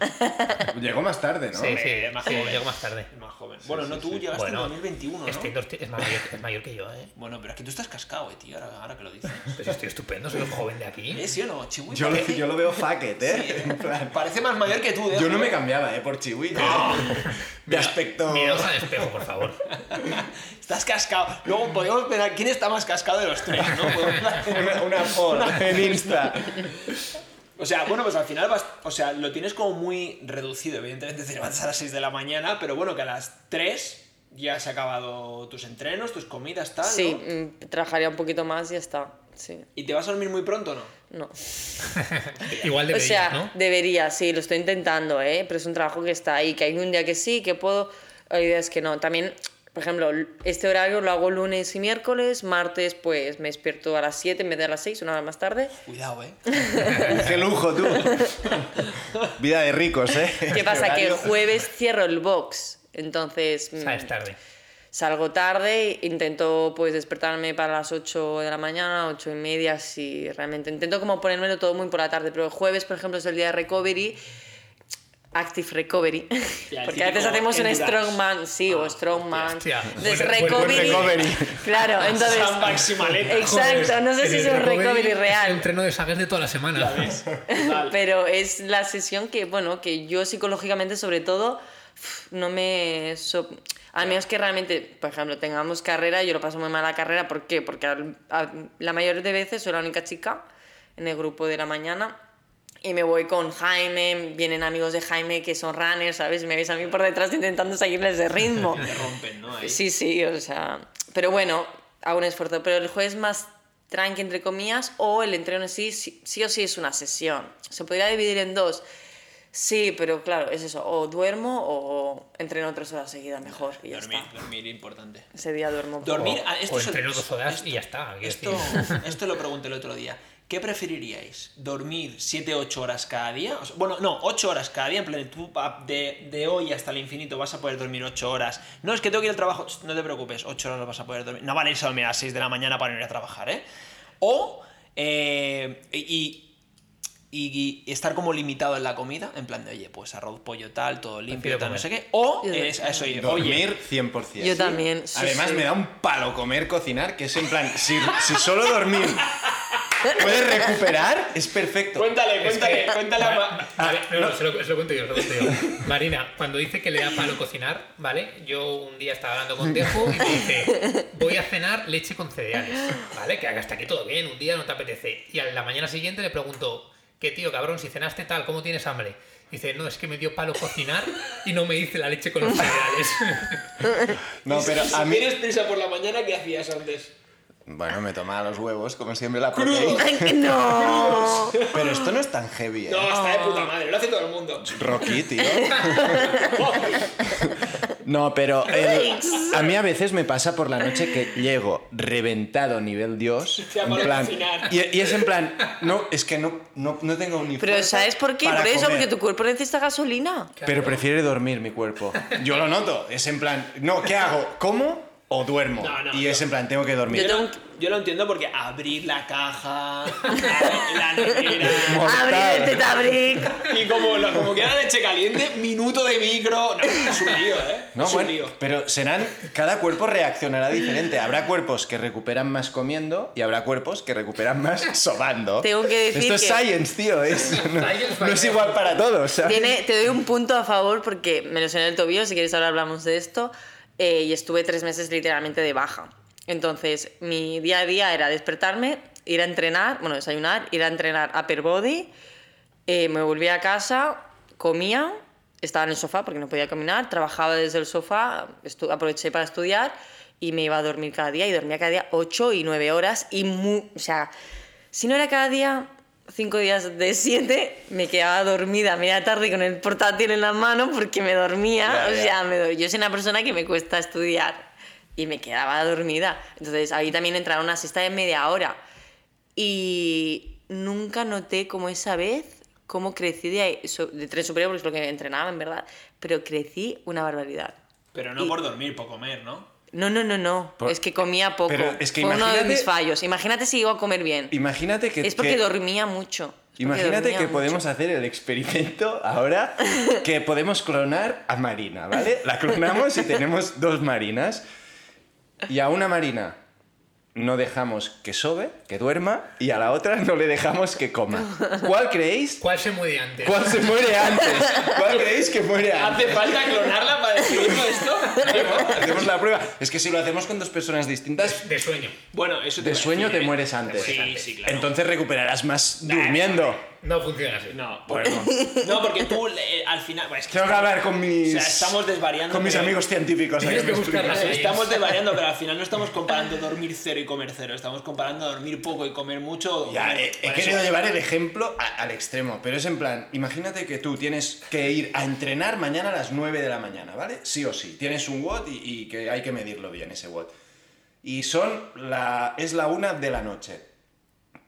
Llegó más tarde, ¿no? Sí, sí, Hombre, más sí, joven. llego más tarde. Es más joven. bueno, no sí, tú sí. llegaste Bueno, en 2021, ¿no? Este Endor es mayor, es mayor que yo, ¿eh? Bueno, pero es que tú estás cascado, eh, tío, ahora, ahora que lo dices. Pero si estoy estupendo, soy un joven de aquí. ¿Eh, ¿Sí o no? Chihuahua. Yo, lo- parece- yo lo veo faquet, ¿eh? Sí, eh. En plan, Parece más mayor que tú, ¿eh? Yo no me cambiaba, ¿eh? Por chihuahua. De aspecto... Miraos al espejo, por favor. Estás cascado. Luego podemos pensar quién está más cascado de los tres, ¿no? Podemos- Una, una por en Insta. O sea, bueno, pues al final vas, o sea, lo tienes como muy reducido. Evidentemente te levantas a las 6 de la mañana, pero bueno, que a las 3 ya se han acabado tus entrenos, tus comidas, tal. Sí, ¿no? mm, trabajaría un poquito más y ya está. Sí, ¿Y te vas a dormir muy pronto o no? no. Igual de o sea, ¿no? debería, sí, lo estoy intentando, ¿eh? Pero es un trabajo que está ahí, que hay un día que sí, que puedo, hay días que no. También, por ejemplo, l- este horario lo hago lunes y miércoles, martes pues me despierto a las 7 en vez de a las 6, una hora más tarde. Cuidado, ¿eh? ¡Qué lujo, tú! Vida de ricos, ¿eh? ¿Qué pasa? Que el jueves cierro el box, entonces O mm, sea, es tarde. salgo tarde, intento pues despertarme para las 8 de la mañana, 8 y media, si realmente intento como ponérmelo todo muy por la tarde, pero el jueves, por ejemplo, es el día de recovery. Active Recovery. Ya, el Porque a veces típico hacemos un endurance. Strongman, sí, o Strongman. hostia. Entonces, Buen- buen- buen recovery. recovery. Claro, entonces. San Maximaleta. Exacto, no sé si es un recovery El real, entreno de sagas de toda la semana. Ya ves. Total. pero es la sesión que, bueno, que yo psicológicamente, sobre todo, no me. so- a menos que realmente, por ejemplo, tengamos carrera, yo lo paso muy mal a carrera, ¿por qué? Porque al- a- la mayoría de veces soy la única chica en el grupo de la mañana. Y me voy con Jaime, vienen amigos de Jaime que son runners, ¿sabes? Y me veis a mí por detrás intentando seguirles de ritmo. Te rompen, ¿no? Ahí. Sí, sí, o sea. Pero bueno, hago un esfuerzo. Pero el jueves más tranqui, entre comillas, o el entreno en sí, sí, sí o sí es una sesión. Se podría dividir en dos. Sí, pero claro, es eso. O duermo o entreno tres horas seguidas mejor. Y ya Dormir, está. dormir importante. Ese día duermo. poco. Dormir, O- ah, esto o es el- entreno dos horas esto- y ya está, quiero Esto, decir. esto lo pregunté el otro día. ¿Qué preferiríais? ¿Dormir 7-8 horas cada día? O sea, bueno, no, 8 horas cada día. En plan, tú pa- de, de hoy hasta el infinito vas a poder dormir 8 horas. No, es que tengo que ir al trabajo. Ch, No te preocupes, 8 horas vas a poder dormir. No vale irse a dormir a las 6 de la mañana para no ir a trabajar, ¿eh? O. eh, y, y- y estar como limitado en la comida. En plan de, oye, pues arroz, pollo, tal, todo limpio, Prefiero tal, no comer. sé qué. O. Yo eh, eso, oye, oye, Dormir 100%. Yo también, sí, Además, sí. me da un palo comer, cocinar, que es en plan, si, si solo dormir puedes recuperar, es perfecto. Cuéntale, cuéntale, cuéntale a Ma- A ver, no, no, se lo, se lo cuento yo, se lo cuento yo. Marina, cuando dice que le da palo cocinar, ¿vale? Yo un día estaba hablando con Tejo y me dice, voy a cenar leche con cereales, ¿vale? Que hasta aquí todo bien, un día no te apetece. Y a la mañana siguiente le pregunto, ¿qué tío, cabrón, si cenaste tal, cómo tienes hambre? Dice, no, es que me dio palo cocinar y no me hice la leche con los cereales. No, pero si a mí... tienes prisa por la mañana, ¿qué hacías antes? Bueno, me tomaba los huevos, como siempre, la proteína. Ay, ¡No! Pero esto no es tan heavy, ¿eh? No, está de puta madre, lo hace todo el mundo. Rocky, tío. No, pero el- a mí a veces me pasa por la noche que llego reventado nivel Dios. Te En amo plan, cocinar. y, y es en plan, no, es que no, no, no tengo ni Pero fuerza ¿sabes por qué? para Por eso, comer. porque tu cuerpo necesita gasolina. Pero prefiere dormir mi cuerpo. Yo lo noto. Es en plan, no, ¿qué hago? ¿Como o duermo? No, no, y yo- es en plan, tengo que Yo, dormir. lo- yo lo entiendo porque abrir la caja, abrir la nevera. Mortal. ¡Abrir el tetabric! Y como, lo- como queda leche caliente, minuto de micro. No, es un lío, ¿eh? No, es un bueno, lío. pero serán. Cada cuerpo reaccionará diferente. Habrá cuerpos que recuperan más comiendo y habrá cuerpos que recuperan más sobando. Tengo que decir Esto es que- science, tío. Es, no, Science no es by igual para todos. ¿sabes? Tiene- te doy un punto a favor porque me lesioné el tobillo, si quieres ahora hablamos de esto, eh, y estuve tres meses literalmente de baja. Entonces, mi día a día era despertarme, ir a entrenar, bueno, desayunar, ir a entrenar upper body, eh, me volví a casa, comía, estaba en el sofá porque no podía caminar, trabajaba desde el sofá, estu- aproveché para estudiar y me iba a dormir cada día y dormía cada día 8 y 9 horas y mu- o sea, Si no era cada día, cinco días de siete, me quedaba dormida a media tarde con el portátil en la mano porque me dormía. Ya, o ya. sea, me do- yo soy una persona que me cuesta estudiar y me quedaba dormida. Entonces ahí también entraba una siesta de media hora. Y nunca noté como esa vez cómo crecí de, ahí- so- de tren superior, porque es lo que entrenaba en verdad, pero crecí una barbaridad. Pero no Y- por dormir, por comer, ¿no? No, no, no, no. Por- Es que comía poco. Pero es que Fue uno de imagínate- mis fallos. Imagínate si iba a comer bien. Imagínate que... es porque que- dormía mucho. Es porque Imagínate dormía que mucho. podemos hacer el experimento ahora que podemos clonar a Marina, ¿vale? La clonamos y tenemos dos Marinas. Y a una Marina no dejamos que sobe, que duerma, y a la otra no le dejamos que coma. ¿Cuál creéis? ¿Cuál se mueve antes? ¿Cuál se muere antes? ¿Cuál creéis que muere antes? ¿Hace falta clonarla para decidirlo esto? Hacemos la prueba. Es que si lo hacemos con dos personas distintas, De sueño. Bueno, eso te de iba a sueño decir, te ¿eh? mueres antes. Sí, antes. sí, claro. Entonces recuperarás más durmiendo. No funciona así. No, Bueno. no, porque tú eh, al final. bueno, es que Tengo que hablar con mis. O sea, estamos desvariando, Con mis pero- amigos científicos. a Tienes que me que buscar expliquen. las- Eh, Estamos desvariando, pero al final no estamos comparando dormir cero y comer cero. Estamos comparando dormir poco y comer mucho. o Ya, eh, comer- he, he Bueno, querido eso- llevar el ejemplo a- al extremo, pero es en plan, imagínate que tú tienes que ir a entrenar mañana a las 9 de la mañana, ¿vale? Sí o sí, tienes un WOT y, y que hay que medirlo bien ese WOT. Y son la, es la una de la noche.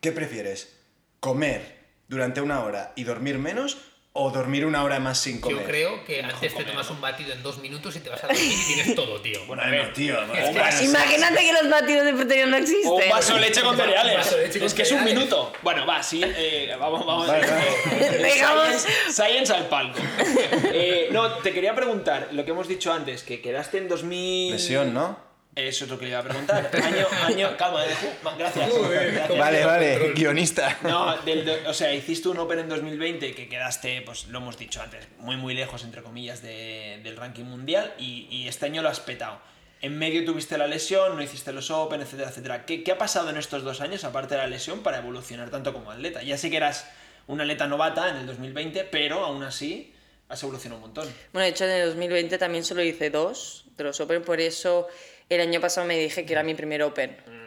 ¿Qué prefieres? ¿Comer durante una hora y dormir menos o dormir una hora más sin comer? Yo creo que antes te comer, tomas un batido en dos minutos y te vas a dormir y tienes todo, tío. Bueno, a ver, tío, Es que- bueno, Imagínate que los batidos de proteína no O un existen. vaso de leche con Un vaso cereales. de leche con es que es un cereales. minuto. Bueno, va, sí. eh, vamos, vamos. Vale, vale. Eh, Digamos- Science, science al palco. Eh, no, te quería preguntar lo que hemos dicho antes, que quedaste en 2000. Lesión, ¿no? Eso es lo que le iba a preguntar. Año, año. Calma, eh, ju- gracias. gracias. Vale, vale, control. guionista. No, del do- o sea, hiciste un Open en 2020 que quedaste, pues lo hemos dicho antes, muy muy lejos, entre comillas, de- del ranking mundial y, y este año lo has petado. En medio tuviste la lesión, no hiciste los Open, etcétera, etcétera. ¿Qué, qué ha pasado en estos dos años, aparte de la lesión, para evolucionar tanto como atleta? Ya sé que eras una atleta novata en el 2020, pero aún así has evolucionado un montón. Bueno, de hecho, en el 2020 también solo hice dos de los Open, por eso el año pasado me dije que era mi primer Open.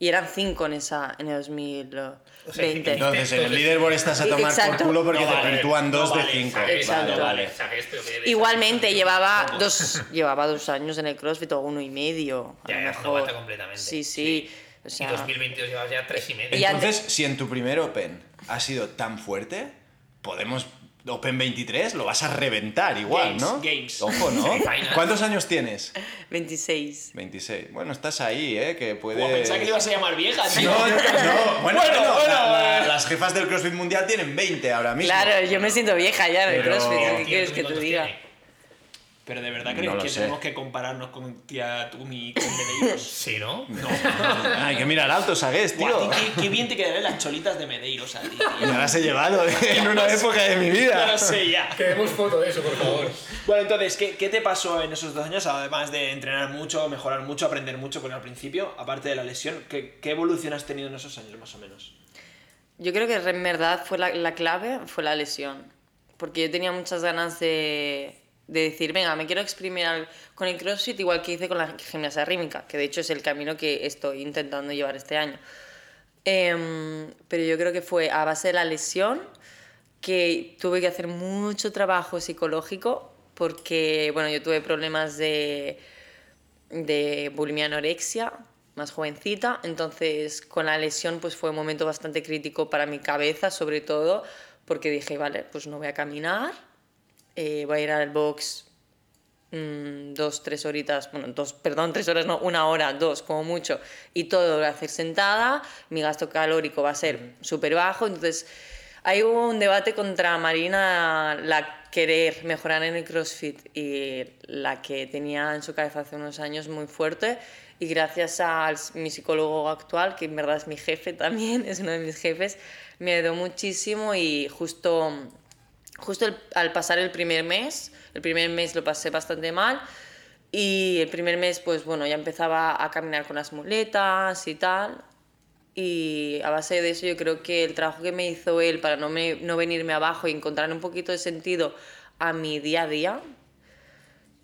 Y eran cinco en, esa, en el 2020. Mm. O sea, que no- Entonces, en el leaderboard estás a Eh, tomar exacto. por culo porque No te vale, puntúan no dos de vale, cinco. exacto. Vale, Exacto. vale. Sabes, pero que debes- Igualmente, llevaba dos, llevaba dos años en el CrossFit o uno y medio. A Ya, lo ya, mejor. novata completamente. Sí, sí. O Y sea, 2022 llevas ya tres y medio. Y ya- Entonces, si en tu primer Open ha sido tan fuerte, podemos. Open 23 lo vas a reventar igual, Games, ¿no? games. Ojo, ¿no? Semifinals. ¿Cuántos años tienes? 26. 26. Bueno, estás ahí, ¿eh? Que puede. Pensaba que le ibas a llamar vieja, tío. No, no, no. Bueno, Bueno, bueno, bueno, la- la- eh. las jefas del CrossFit Mundial tienen 20 ahora mismo. Claro, yo me siento vieja ya en el Pero- Tío, CrossFit. ¿Qué Tío, quieres ¿tú que te cuántos diga? tienes? Pero de verdad No creo lo que sé. tenemos que compararnos con tía Tumi y con Medeiros. Sí, ¿no? No. Hay que mirar alto, ¿sabes, tío? Guau, a ti qué, qué bien te quedarán las cholitas de Medeiros a ti. Ya tío. las he llevado ¿eh? en una época de mi vida. Ya lo sé, ya. Queremos foto de eso, por favor. Bueno, entonces, ¿qué, qué te pasó en esos dos años? Además de entrenar mucho, mejorar mucho, aprender mucho, porque al principio, aparte de la lesión, ¿qué, qué evolución has tenido en esos años, más o menos? Yo creo que en verdad fue la, la clave fue la lesión. Porque yo tenía muchas ganas de, de decir, venga, me quiero experimentar con el CrossFit igual que hice con la gimnasia rítmica, que de hecho es el camino que estoy intentando llevar este año. Em, pero yo creo que fue a base de la lesión que tuve que hacer mucho trabajo psicológico porque, bueno, yo tuve problemas de, de bulimia anorexia más jovencita, entonces con la lesión pues fue un momento bastante crítico para mi cabeza, sobre todo porque dije, vale, pues no voy a caminar, eh, voy a ir al box mm, dos, tres horitas, bueno, dos, perdón, tres horas, no, una hora, dos, como mucho, y todo lo voy a hacer sentada, mi gasto calórico va a ser súper bajo, entonces ahí hubo un debate contra Marina, la querer mejorar en el CrossFit y la que tenía en su cabeza hace unos años muy fuerte, y gracias a mi psicólogo actual, que en verdad es mi jefe también, es uno de mis jefes, me ayudó muchísimo y justo justo el- al pasar el primer mes, el primer mes lo pasé bastante mal y el primer mes pues bueno, ya empezaba a caminar con las muletas y tal y a base de eso yo creo que el trabajo que me hizo él para no, me- no venirme abajo y encontrar un poquito de sentido a mi día a día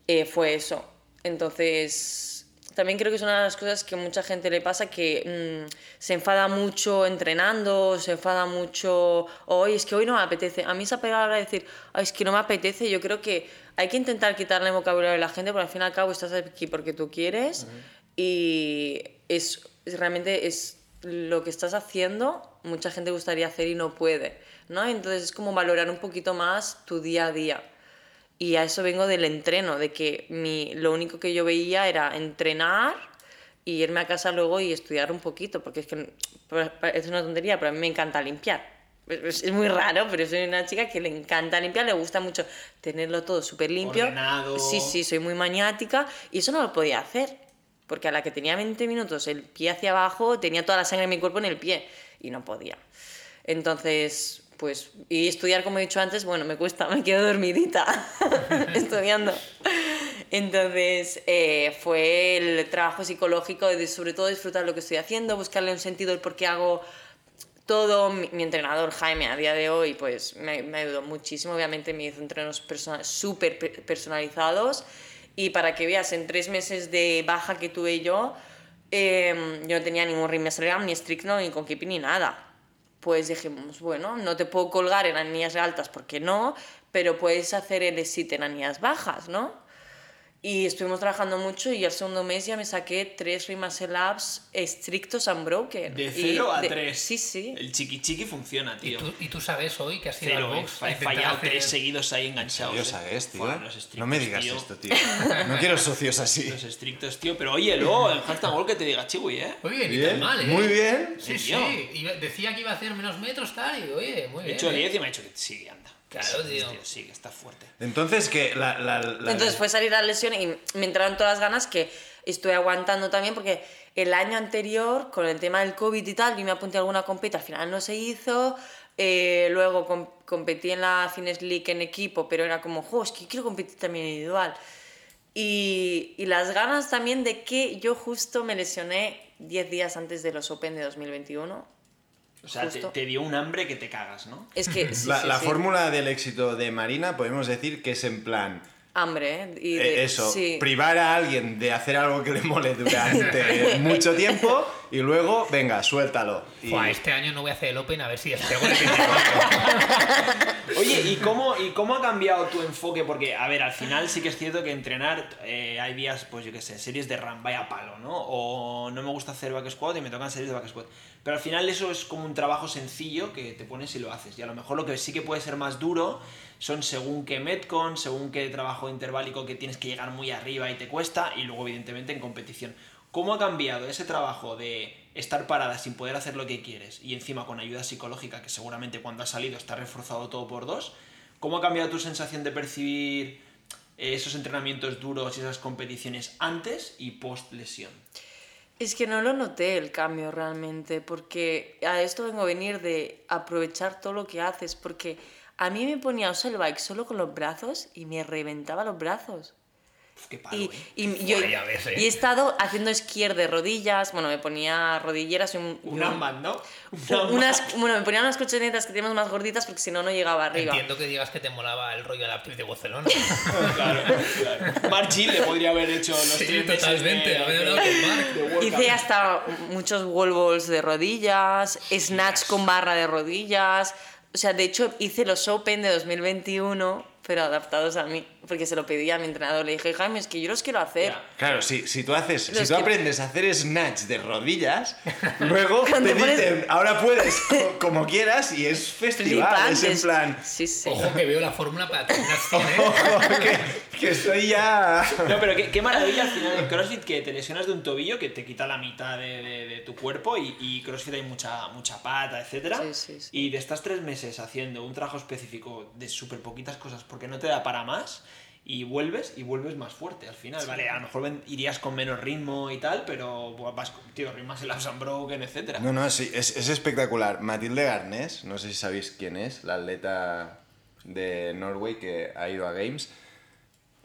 eh, fue eso. Entonces También creo que es una de las cosas que mucha gente le pasa que mm, se enfada mucho entrenando, se enfada mucho, hoy es que hoy no me apetece. A mí esa palabra de decir, "Ay, es que no me apetece, yo creo que hay que intentar quitarle el vocabulario de la gente, porque al fin y al cabo estás aquí porque tú quieres y es, es realmente es lo que estás haciendo, mucha gente gustaría hacer y no puede, ¿no? Entonces es como valorar un poquito más tu día a día. Y a eso vengo del entreno, de que mi, lo único que yo veía era entrenar y irme a casa luego y estudiar un poquito, porque es que pa- pa- es una tontería, pero a mí me encanta limpiar. Es, es muy raro, pero soy una chica que le encanta limpiar, le gusta mucho tenerlo todo súper limpio. Ordenado. Sí, sí, soy muy maniática y eso no lo podía hacer, porque a la que tenía 20 minutos el pie hacia abajo, tenía toda la sangre en mi cuerpo en el pie y no podía. Entonces, pues, y estudiar, como he dicho antes, bueno, me cuesta, me quedo dormidita estudiando. Entonces, eh, fue el trabajo psicológico de sobre todo disfrutar lo que estoy haciendo, buscarle un sentido el por qué hago todo. Mi, mi entrenador, Jaime, a día de hoy, pues me, me ayudó muchísimo. Obviamente me hizo entrenos persona- súper pe- personalizados. Y para que veas, en tres meses de baja que tuve yo, eh, yo no tenía ningún ritmo Instagram, ni strict, no, ni con keeping, ni nada. Pues dijimos, bueno, no te puedo colgar en anillas altas porque no, pero puedes hacer el sit en anillas bajas, ¿no? Y estuvimos trabajando mucho y al segundo mes ya me saqué tres rimas elabs estrictos unbroken. De Y 0 a de- 3. Sí, sí. El chiqui chiqui funciona, Y tío. tú, y tú sabes hoy que has ido Cero, al eh. box. a He intentar fallado hacer- tres seguidos ahí enganchados. Dios, eh. ¿sabes, tío? Joder, los estrictos, no me digas tío. esto, tío. No quiero socios así. Los estrictos, tío. Pero oye, luego el hashtag gol que te diga chiwi, ¿eh? Oye, ni Bien, tan mal, ¿eh? muy bien. Sí, sí. Tío. Y decía que iba a hacer menos metros, tal, y digo, oye, muy He bien. hecho ¿eh? 10 y me ha dicho que sí, anda. Que Claro, sí, tío. Sí, que está fuerte. Entonces, que la, la- la- Entonces fue salir a la lesión y me entraron todas las ganas que estoy aguantando también porque el año anterior con el tema del COVID y tal, yo me apunté a alguna competa, al final no se hizo. eh, luego com- competí en la Fines League en equipo, pero era como, jo, es que quiero competir también individual. Y, y las ganas también de que yo justo me lesioné 10 días antes de los Open de 2021. O sea, te, Justo. te dio un hambre que te cagas, ¿no? Es que... sí, la- sí, la sí. fórmula del éxito de Marina podemos decir que es en plan... Hambre, ¿eh? Y eh, de- eso, sí. privar a alguien de hacer algo que le mole durante mucho tiempo y luego, venga, suéltalo. Y- Fua, este año no voy a hacer el Open, a ver si el pego el Oye, ¿y cómo, ¿y cómo ha cambiado tu enfoque? Porque, a ver, al final sí que es cierto que entrenar eh, hay días, pues yo qué sé, series de ram, vaya palo, ¿no? O no me gusta hacer back squat y me tocan series de back squat. Pero al final eso es como un trabajo sencillo que te pones y lo haces. Y a lo mejor lo que sí que puede ser más duro son según qué metcon, según qué trabajo interválico que tienes que llegar muy arriba y te cuesta, y luego evidentemente en competición. ¿Cómo ha cambiado ese trabajo de estar parada sin poder hacer lo que quieres y encima con ayuda psicológica, que seguramente cuando has salido está reforzado todo por dos? ¿Cómo ha cambiado tu sensación de percibir eh, esos entrenamientos duros y esas competiciones antes y post lesión? Es que no lo noté el cambio realmente, porque a esto vengo a venir de aprovechar todo lo que haces, porque a mí me ponía a usar el bike solo con los brazos y me reventaba los brazos. Uf, qué palo, Y, ¿eh? y yo- Vaya vez, ¿eh? y he estado haciendo esquier de rodillas, bueno, me ponía rodilleras y un, Un un- armband, ¿no? Un armband. unas, bueno, me ponía unas colchonetas que teníamos más gorditas porque si no, no llegaba arriba. Entiendo que digas que te molaba el rollo de la actriz de Barcelona. Claro, claro. Mark Gill le podría haber hecho los Sí, tres meses totalmente, de- lo había de- hablado con Mark. de workout. Hice hasta muchos wall balls de rodillas, snatch con barra de rodillas. O sea, de hecho, hice los Open de 2021, pero adaptados a mí, porque se lo pedí a mi entrenador. Le dije, Jaime, es que yo los quiero hacer. Ya. Claro, si, si tú haces, Pero si es tú que- aprendes a hacer snatch de rodillas, luego Cuando te pones- dicen, ahora puedes co- como quieras y es festival, es en Flipantes. plan, Sí, sí. Ojo que veo la fórmula para terminar cien, ¿eh? ojo, que, que estoy ya... No, pero qué, qué maravilla al final del CrossFit que te lesionas de un tobillo que te quita la mitad de, de- de tu cuerpo y, y CrossFit hay mucha, mucha pata, etcétera Sí, sí, sí. Y te estás tres meses haciendo un trabajo específico de súper poquitas cosas porque no te da para más y vuelves y vuelves más fuerte al final. Vale, a lo mejor ven- irías con menos ritmo y tal, pero buah, vas, con- tío, rimas el abs and broken, etcétera No, no, sí, es, es espectacular. Matilde Garnés, no sé si sabéis quién es, la atleta de Norway que ha ido a Games.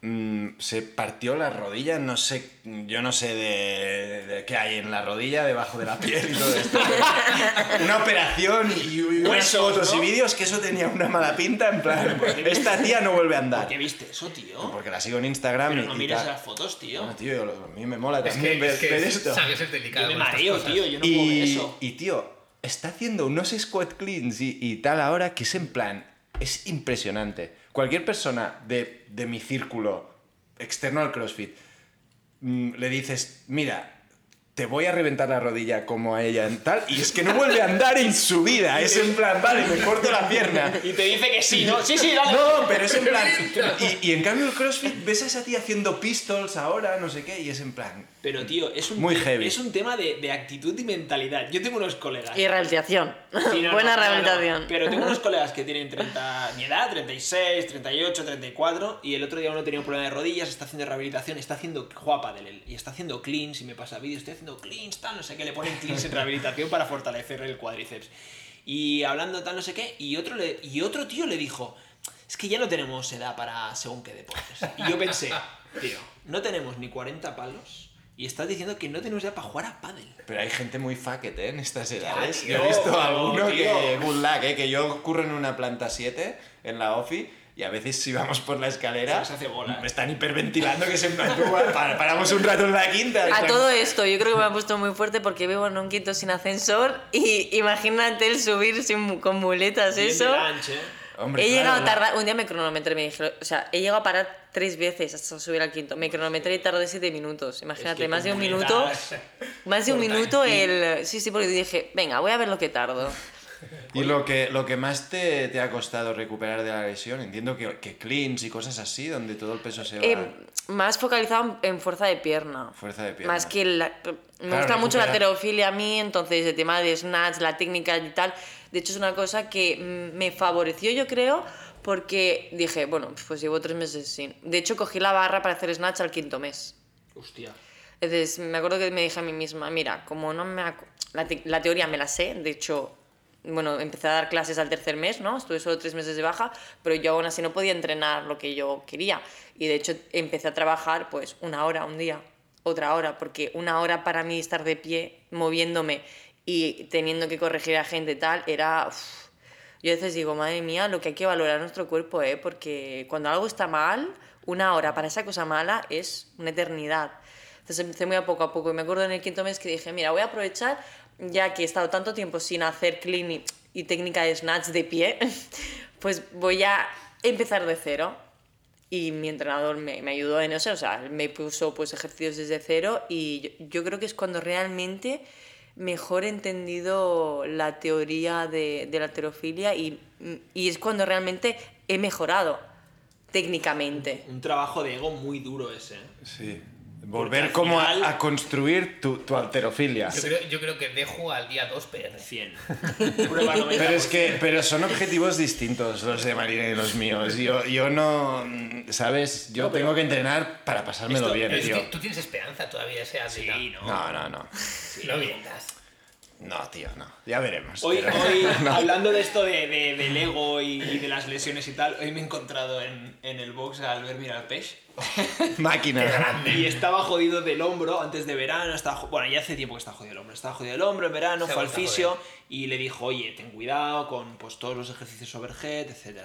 mm, se partió la rodilla, no sé, yo no sé de, de qué hay en la rodilla, debajo de la piel y todo esto. pero una operación y unas Huesos, fotos ¿no? y vídeos que eso tenía una mala pinta, en plan, esta tía no vuelve a andar. ¿Qué viste eso, tío? Porque la sigo en Instagram Pero y, no pues, y mires tal. las fotos, tío. No, tío, yo lo- a mí me mola Es también que, ver, es que ver esto. sabes, es delicado. Yo me con estas mareo, cosas. tío. Yo no puedo ver Y, eso. y, tío, está haciendo unos squat cleans y, y tal ahora que es en plan, es impresionante. Cualquier persona de, de mi círculo externo al CrossFit mm, le dices, mira, te voy a reventar la rodilla como a ella en tal, y es que no vuelve a andar en su vida. Es en plan, vale, me corto la pierna. Y te dice que sí, ¿no? Sí, sí, dale. No, pero es en plan. Y, y en cambio el CrossFit ves a esa tía haciendo pistols ahora, no sé qué, y es en plan. Pero, tío, es un, Muy heavy. es un tema de, de actitud y mentalidad. Yo tengo unos colegas. Y rehabilitación. Sí, no, Buena no, no, rehabilitación. no. Pero tengo unos colegas que tienen 30, mi edad, 36, 38, 34, y el otro día uno tenía un problema de rodillas, está haciendo rehabilitación, está haciendo guapa del y está haciendo cleans, y me pasa vídeo, estoy haciendo cleans, tal, no sé qué, le ponen cleans en rehabilitación para fortalecer el cuádriceps. Y hablando tal, no sé qué, y otro, le, y otro tío le dijo, es que ya no tenemos edad para según qué deportes. Y yo pensé, tío, no tenemos ni 40 palos, y estás diciendo que no tenemos edad para jugar a pádel. Pero hay gente muy fucket, ¿eh? En estas edades. tío, Yo he visto no, alguno tío. que. Good luck, ¿eh? Que yo curro en una planta 7 en la OFI. Y a veces si vamos por la escalera, Se nos hace bola, ¿eh? me están hiperventilando que se me actúa. Paramos un rato en la quinta. A Están- todo esto, yo creo que me ha puesto muy fuerte porque vivo en un quinto sin ascensor y imagínate el subir sin, con muletas, Bien eso. de lunch, ¿eh? Hombre, he claro, llegado a la- tardar, un día me cronometré, me dijeron, o sea, he llegado a parar tres veces hasta subir al quinto. Me cronometré y tardé siete minutos. Imagínate, Es que más de un como minuto. estás- Más de un por minuto aquí. el. Sí, sí, porque dije, venga, voy a ver lo que tardo. Y lo que, lo que más te, te ha costado recuperar de la lesión, entiendo que, que cleans y cosas así, donde todo el peso se va. Eh, más focalizado en en fuerza de pierna. Fuerza de pierna. Más que la- Me gusta recupera. mucho la terofilia a mí, entonces el tema de snatch, la técnica y tal. De hecho, es una cosa que mm, me favoreció, yo creo, porque dije, bueno, pues llevo tres meses sin. De hecho, cogí la barra para hacer snatch al quinto mes. Hostia. Entonces, me acuerdo que me dije a mí misma, mira, como no me... acu- La, te- la teoría me la sé, de hecho, bueno, empecé a dar clases al tercer mes, ¿no? Estuve solo tres meses de baja, pero yo aún así no podía entrenar lo que yo quería. Y de hecho, empecé a trabajar pues una hora, un día, otra hora, porque una hora para mí estar de pie, moviéndome y teniendo que corregir a gente y tal, era... uf. Yo a veces digo, madre mía, lo que hay que valorar en nuestro cuerpo, ¿eh? Porque cuando algo está mal, una hora para esa cosa mala es una eternidad. Entonces empecé muy a poco a poco. Y me acuerdo en el quinto mes que dije, mira, voy a aprovechar, ya que he estado tanto tiempo sin hacer clean y, y técnica de snatch de pie, pues voy a empezar de cero. Y mi entrenador me, me ayudó en eso, o sea, él me puso pues ejercicios desde cero y yo, yo creo que es cuando realmente mejor he entendido la teoría de, de la terofilia y, y es cuando realmente he mejorado técnicamente. Un trabajo de ego muy duro ese. ¿eh? Sí. Porque Volver al como a- final- a, construir tu, tu alterofilia. Yo creo, yo creo que dejo al día 2 PR. 100. Prueba pues, 90%. Pero es que pero son objetivos distintos los de Marina y los míos. Yo, yo no. ¿Sabes? Yo tengo que entrenar para pasármelo Esto- bien, Pero es tío. que tú tienes esperanza todavía, ¿eh, ese atleta. Sí, ¿no? No, no, no. Lo vientas. No, tío, no. Ya veremos. Hoy, pero- hoy hablando de esto de, de- del ego y, y de las lesiones y tal, hoy me he encontrado en, en el box al ver Miralpesh Máquina. y estaba jodido del hombro antes de verano. Estaba, jo- bueno, ya hace tiempo que está jodido el hombro. Estaba jodido el hombro en verano, Se fue al aguanta, fisio y le dijo, oye, ten cuidado con pues, todos los ejercicios overhead, etc.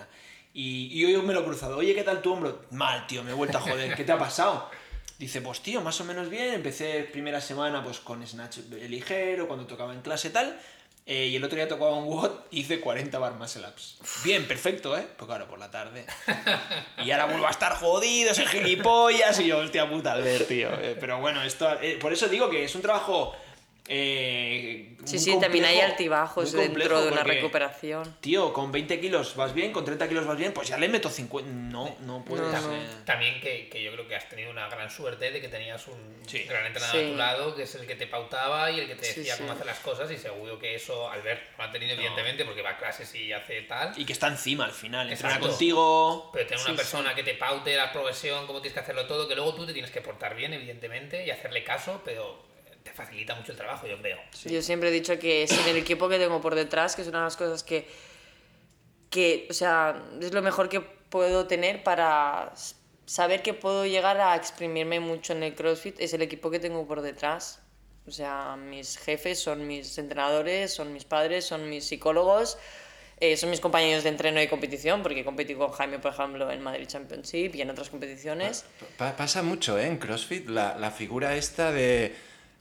Y, y hoy me lo he cruzado. Oye, ¿qué tal tu hombro? Mal, tío, me he vuelto a joder. ¿Qué te ha pasado? Dice, pues tío, más o menos bien. Empecé primera semana pues con snatch ligero, cuando tocaba en clase tal. eh, y el otro día tocaba un WOD y hice 40 bar muscle ups. Bien, perfecto, ¿eh? Pues claro, por la tarde. Y ahora vuelvo a estar jodido, soy gilipollas. Y yo, hostia puta, Albert, tío. Eh, pero bueno, esto, eh, por eso digo que es un trabajo. eh, Sí, muy sí, también hay complejo, altibajos muy dentro complejo de una porque, recuperación. Tío, con 20 kilos vas bien, con 30 kilos vas bien, pues ya le meto 50. No, no puedes. No, no. eh. También que, que yo creo que has tenido una gran suerte de que tenías un Sí. gran entrenador a Sí. tu lado, que es el que te pautaba y el que te Sí, decía sí. cómo hacer las cosas y seguro que eso Albert no lo ha tenido evidentemente porque va a clases y hace tal. Y que está encima al final. Entrena Exacto. contigo. Pero tener Sí, una sí. persona que te paute la progresión, cómo tienes que hacerlo todo, que luego tú te tienes que portar bien, evidentemente, y hacerle caso, pero te facilita mucho el trabajo, yo creo. Yo siempre he dicho que sin el equipo que tengo por detrás, que es una de las cosas que, que o sea, es lo mejor que puedo tener para, saber que puedo llegar a exprimirme mucho en el CrossFit es el equipo que tengo por detrás. O sea, mis jefes son mis entrenadores, son mis padres, son mis psicólogos, eh, son mis compañeros de entreno y competición, porque competí con Jaime, por ejemplo, en Madrid Championship y en otras competiciones. Pa- pa- pasa mucho, ¿eh? En CrossFit, la, la figura esta de,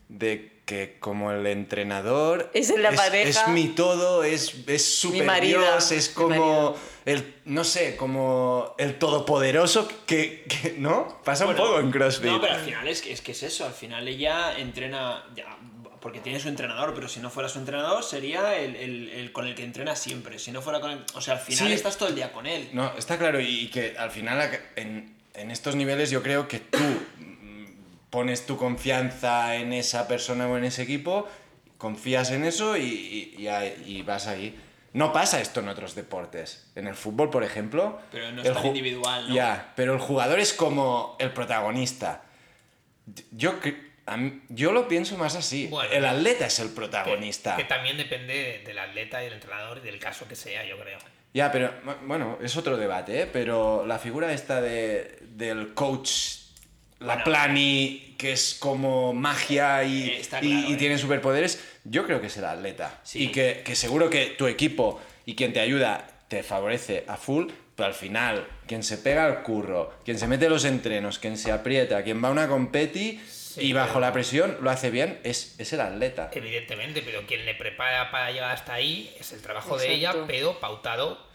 de que como el entrenador... Es la pareja. Es mi todo, es, es Mi super marido, Dios, es mi como marido. el, no sé, como el todopoderoso que, que- ¿no? Pasa un poco en CrossFit. No, pero al final es que, es que es eso. Al final ella entrena. Ya, porque tiene su entrenador, pero si no fuera su entrenador sería el, el- el con el que entrena siempre. Si no fuera con el. O sea, al final Sí. estás todo el día con él. No, está claro, y que al final ac- en, en estos niveles yo creo que tú mm, pones tu confianza en esa persona o en ese equipo, confías en eso y, y- y ahí- y vas ahí. No pasa esto en otros deportes. En el fútbol, por ejemplo... Pero no es el tan ju- individual, ¿no? Ya, pero el jugador es como el protagonista. Yo, cre- a mí- yo lo pienso más así. Bueno. el atleta es el protagonista. Que también depende del atleta y del entrenador y del caso que sea, yo creo. Ya, pero bu- bueno, es otro debate, ¿eh? pero la figura esta de, del coach, la Bueno. plani, que es como magia y, Eh, está y- claro, y ¿eh? tiene superpoderes, yo creo que es el atleta. Sí. Y que, que seguro que tu equipo y quien te ayuda te favorece a full, pero al final, quien se pega al curro, quien se mete los entrenos, quien se aprieta, quien va a una competi y bajo pero- la presión lo hace bien, es, es el atleta. Evidentemente, pero quien le prepara para llegar hasta ahí es el trabajo de ella, Exacto. pero pautado.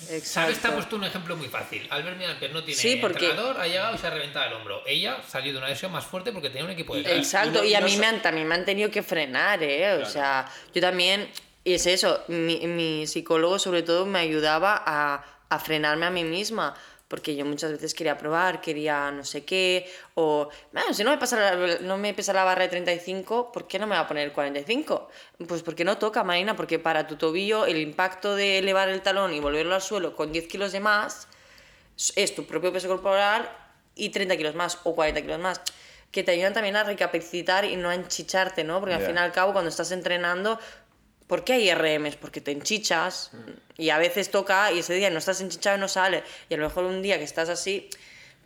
Exacto. ¿Sabes? Está puesto un ejemplo muy fácil. Albert Mirampes no tiene Sí, porque- entrenador, ha llegado y se ha reventado el hombro. Ella salió de una lesión más fuerte porque tenía un equipo de Exacto, Y no- y a no mí so- me han, también me han tenido que frenar, ¿eh? O sea, yo también, y es eso, mi, mi psicólogo sobre todo me ayudaba a, a frenarme a mí misma, porque yo muchas veces quería probar, quería no sé qué, o, "Ah, si no me, pasa la, no me pesa la barra de 35, ¿por qué no me va a poner el 45? Pues porque no toca, Marina, porque para tu tobillo el impacto de elevar el talón y volverlo al suelo con 10 kilos de más es tu propio peso corporal y 30 kilos más o 40 kilos más. Que te ayudan también a recapacitar y no a enchicharte, ¿no? Porque Ya. al fin y al cabo, cuando estás entrenando, ¿por qué hay RMs? Porque te enchichas Mm. y a veces toca y ese día no estás enchichado y no sale. Y a lo mejor un día que estás así,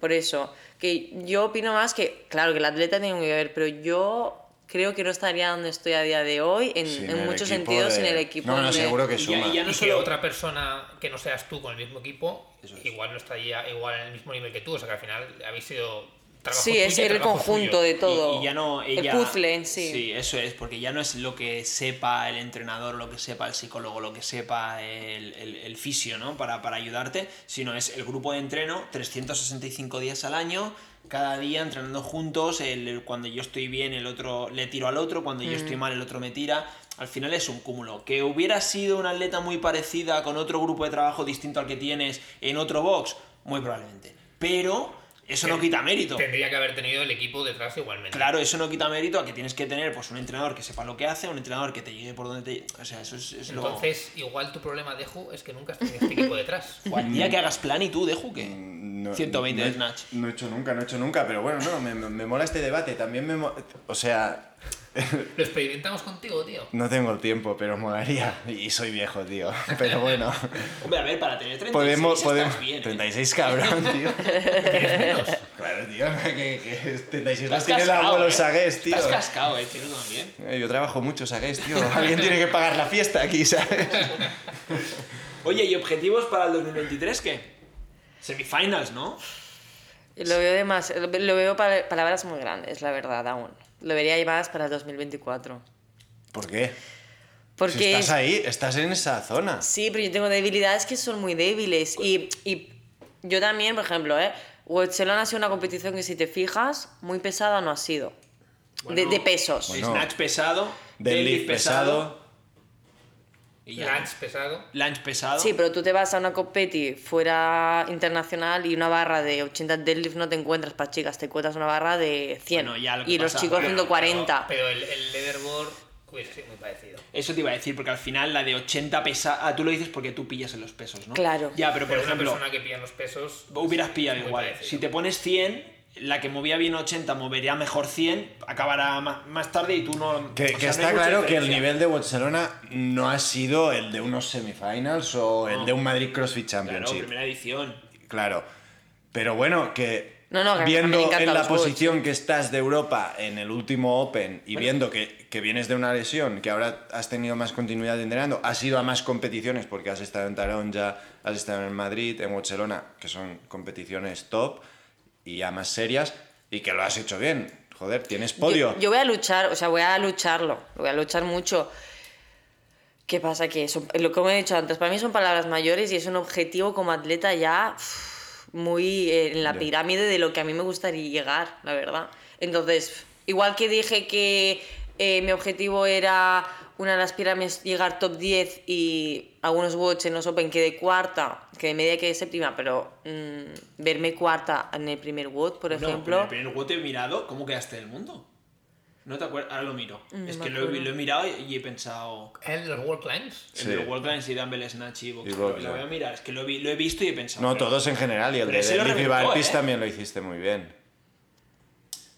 por eso. Que yo opino más que, claro, que el atleta tiene que ver, pero yo creo que no estaría donde estoy a día de hoy en, Sin en el muchos equipo sentidos de- sin el equipo. No, no, de- seguro que Y ya- suma. y ya no y que solo- otra persona que no seas tú con el mismo equipo, Eso es. igual no estaría igual en el mismo nivel que tú. O sea que al final habéis sido trabajo Sí, tuyo es y el trabajo conjunto suyo. de todo. Y, y ya no, el ella- puzzle en sí. Sí, eso es, porque ya no es lo que sepa el entrenador, lo que sepa el psicólogo, lo que sepa el, el- el fisio, ¿no? Para, para ayudarte, sino es el grupo de entreno 365 días al año, cada día entrenando juntos, el, el- cuando yo estoy bien el otro le tiro al otro, cuando yo Mm. estoy mal el otro me tira. Al final es un cúmulo. Que hubiera sido una atleta muy parecida con otro grupo de trabajo distinto al que tienes en otro box, muy probablemente. Pero eso no quita mérito. Tendría que haber tenido el equipo detrás igualmente. Claro, eso no quita mérito a que tienes que tener pues un entrenador que sepa lo que hace, un entrenador que te llegue por donde te... O sea, eso es, es lo... Entonces, igual tu problema, Deju, es que nunca has tenido este equipo detrás. Guau, el día que hagas plan y tú, Deju, que... mm, No, 120 no he- de snatch. No he hecho nunca, no he hecho nunca, pero bueno, no, me, me- me mola este debate. También me mo- O sea, Lo experimentamos contigo, tío. no tengo el tiempo, pero molaría. Y soy viejo, tío. Pero bueno. Hombre, a ver, para tener 36 podemos. estás podemos bien, ¿eh? 36 cabrón, tío. Tienes menos. Claro, tío. Que, que es 36 Estás las tiene el cascao, abuelo eh. Sagués, tío. Estás cascado, eh, tío, también. Eh, Yo trabajo mucho, Sagués, tío. Alguien tiene que pagar la fiesta aquí, ¿sabes? Oye, ¿y objetivos para el 2023 qué? Semifinals, ¿no? Lo veo de más, lo veo para palabras muy grandes, la verdad, aún. Lo vería ahí más para el 2024. ¿Por qué? Porque Si estás ahí, estás en esa zona. sí, pero yo tengo debilidades que son muy débiles. Y, y yo también, por ejemplo, ¿eh? Barcelona ha sido una competición que si te fijas, muy pesada no ha sido. de, Bueno, de pesos. Bueno. Snatch pesado, Deadlift deadlift pesado. Y ya. Lance pesado. Lunge pesado. Sí, pero tú te vas a una competi fuera internacional y una barra de 80 deadlift no te encuentras para chicas, te encuentras una barra de 100 Bueno, ya lo que y los pasa, chicos bueno, 140. Pero, pero el, el leaderboard hubiese sido muy parecido. Eso te iba a decir, porque al final la de 80 pesa... Ah, tú lo dices porque tú pillas en los pesos, ¿no? Claro. Ya, pero Pero, por ejemplo... una persona que pilla los pesos. hubieras es pillado muy igual. parecido. Si te pones 100, la que movía bien 80 movería mejor 100, acabará ma- más tarde y tú no. Que, o sea, que no hay está mucha claro que el diferencia. nivel de Barcelona no ha sido el de unos semifinals o el de un Madrid CrossFit Claro, Championship. primera edición. Claro. Pero bueno, que No, no, que a mí me viendo encantan en la los Bulls. posición que estás de Europa en el último Open y Bueno. viendo que, que vienes de una lesión, que ahora has tenido más continuidad entrenando, has ido a más competiciones porque has estado en Taronja, has estado en Madrid, en Barcelona, que son competiciones top y ya más serias, y que lo has hecho bien. Joder, tienes podio. Yo, yo voy a luchar, o sea, voy a lucharlo, voy a luchar mucho. ¿Qué pasa? Que eso, lo que he dicho antes, para mí son palabras mayores y es un objetivo como atleta ya uf, muy eh, en la Ya. pirámide de lo que a mí me gustaría llegar, la verdad. Entonces, igual que dije que eh, mi objetivo era una de las pirámides llegar top 10 y algunos watch en los Open quedé cuarta, que de media quedé séptima, pero mm, verme cuarta en el primer WOD, por No, ejemplo. en el primer WOT he mirado cómo quedaste en el mundo. No te acuerdas, ahora lo miro. Mm, No es me que lo he, acuerdo. lo he mirado y, y he pensado. ¿El de los World Climbs? Sí. En el World Grind y Dumbbell Snatch y Box. Y Lo Box, lo voy sí. a mirar, es que lo, vi- lo he visto y he pensado. No, pero- todos en general, y el Pero de ese lo Deadlift y reventó, Barpis ¿eh? también lo hiciste muy bien.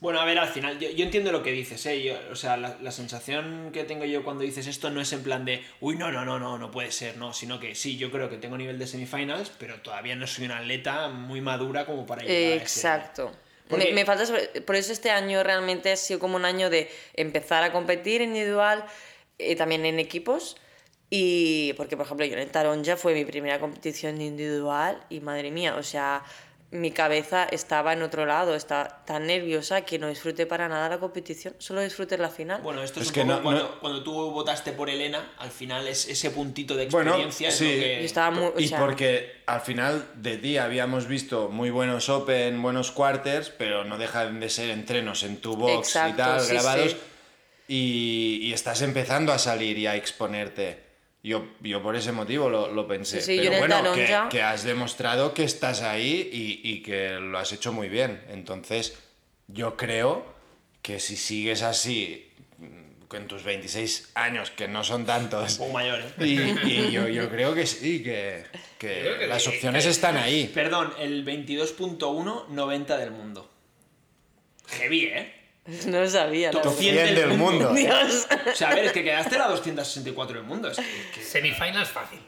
Bueno, a ver, al final, yo, yo entiendo lo que dices, ¿eh? Yo- o sea, la, la sensación que tengo yo cuando dices esto no es en plan de, uy, no, no, no, no, no puede ser, no, sino que sí, yo creo que tengo nivel de semifinals, pero todavía no soy una atleta muy madura como para llegar a ese- Exacto. Porque- Me, me falta sobre- por eso este año realmente ha sido como un año de empezar a competir individual, eh, también en equipos. Y porque, por ejemplo, yo en el Taronja fue mi primera competición individual y madre mía, o sea, mi cabeza estaba en otro lado, está tan nerviosa que no disfruté para nada la competición, solo disfruté la final. Bueno, esto es, Es un que poco no- cuando, no- cuando tú votaste por Elena, al final es ese puntito de Bueno, experiencia es sí. lo Yo que... estaba muy- o Y sea, porque al final de ti habíamos visto muy buenos open, buenos quarters, pero no dejan de ser entrenos en tu box y Exacto, tal, sí, grabados. sí. Y, y estás empezando a salir y a exponerte. Yo, yo por ese motivo lo, lo pensé. Sí, sí, yo en pero el bueno, talón que, ya. que has demostrado que estás ahí y, y que lo has hecho muy bien. Entonces, yo creo que si sigues así, mm, con tus 26 años, que no son tantos, Un poco mayor, ¿eh? y, y yo, yo creo que sí, que, que Yo creo que las sí, opciones que- están ahí. Perdón, el 22.1, 90 del mundo. Heavy, ¿eh? no lo sabía. la Top verdad. 100 100 del mundo. Dios. O sea, a ver, es que quedaste la 264 del mundo. es que- que- Semifinals fácil.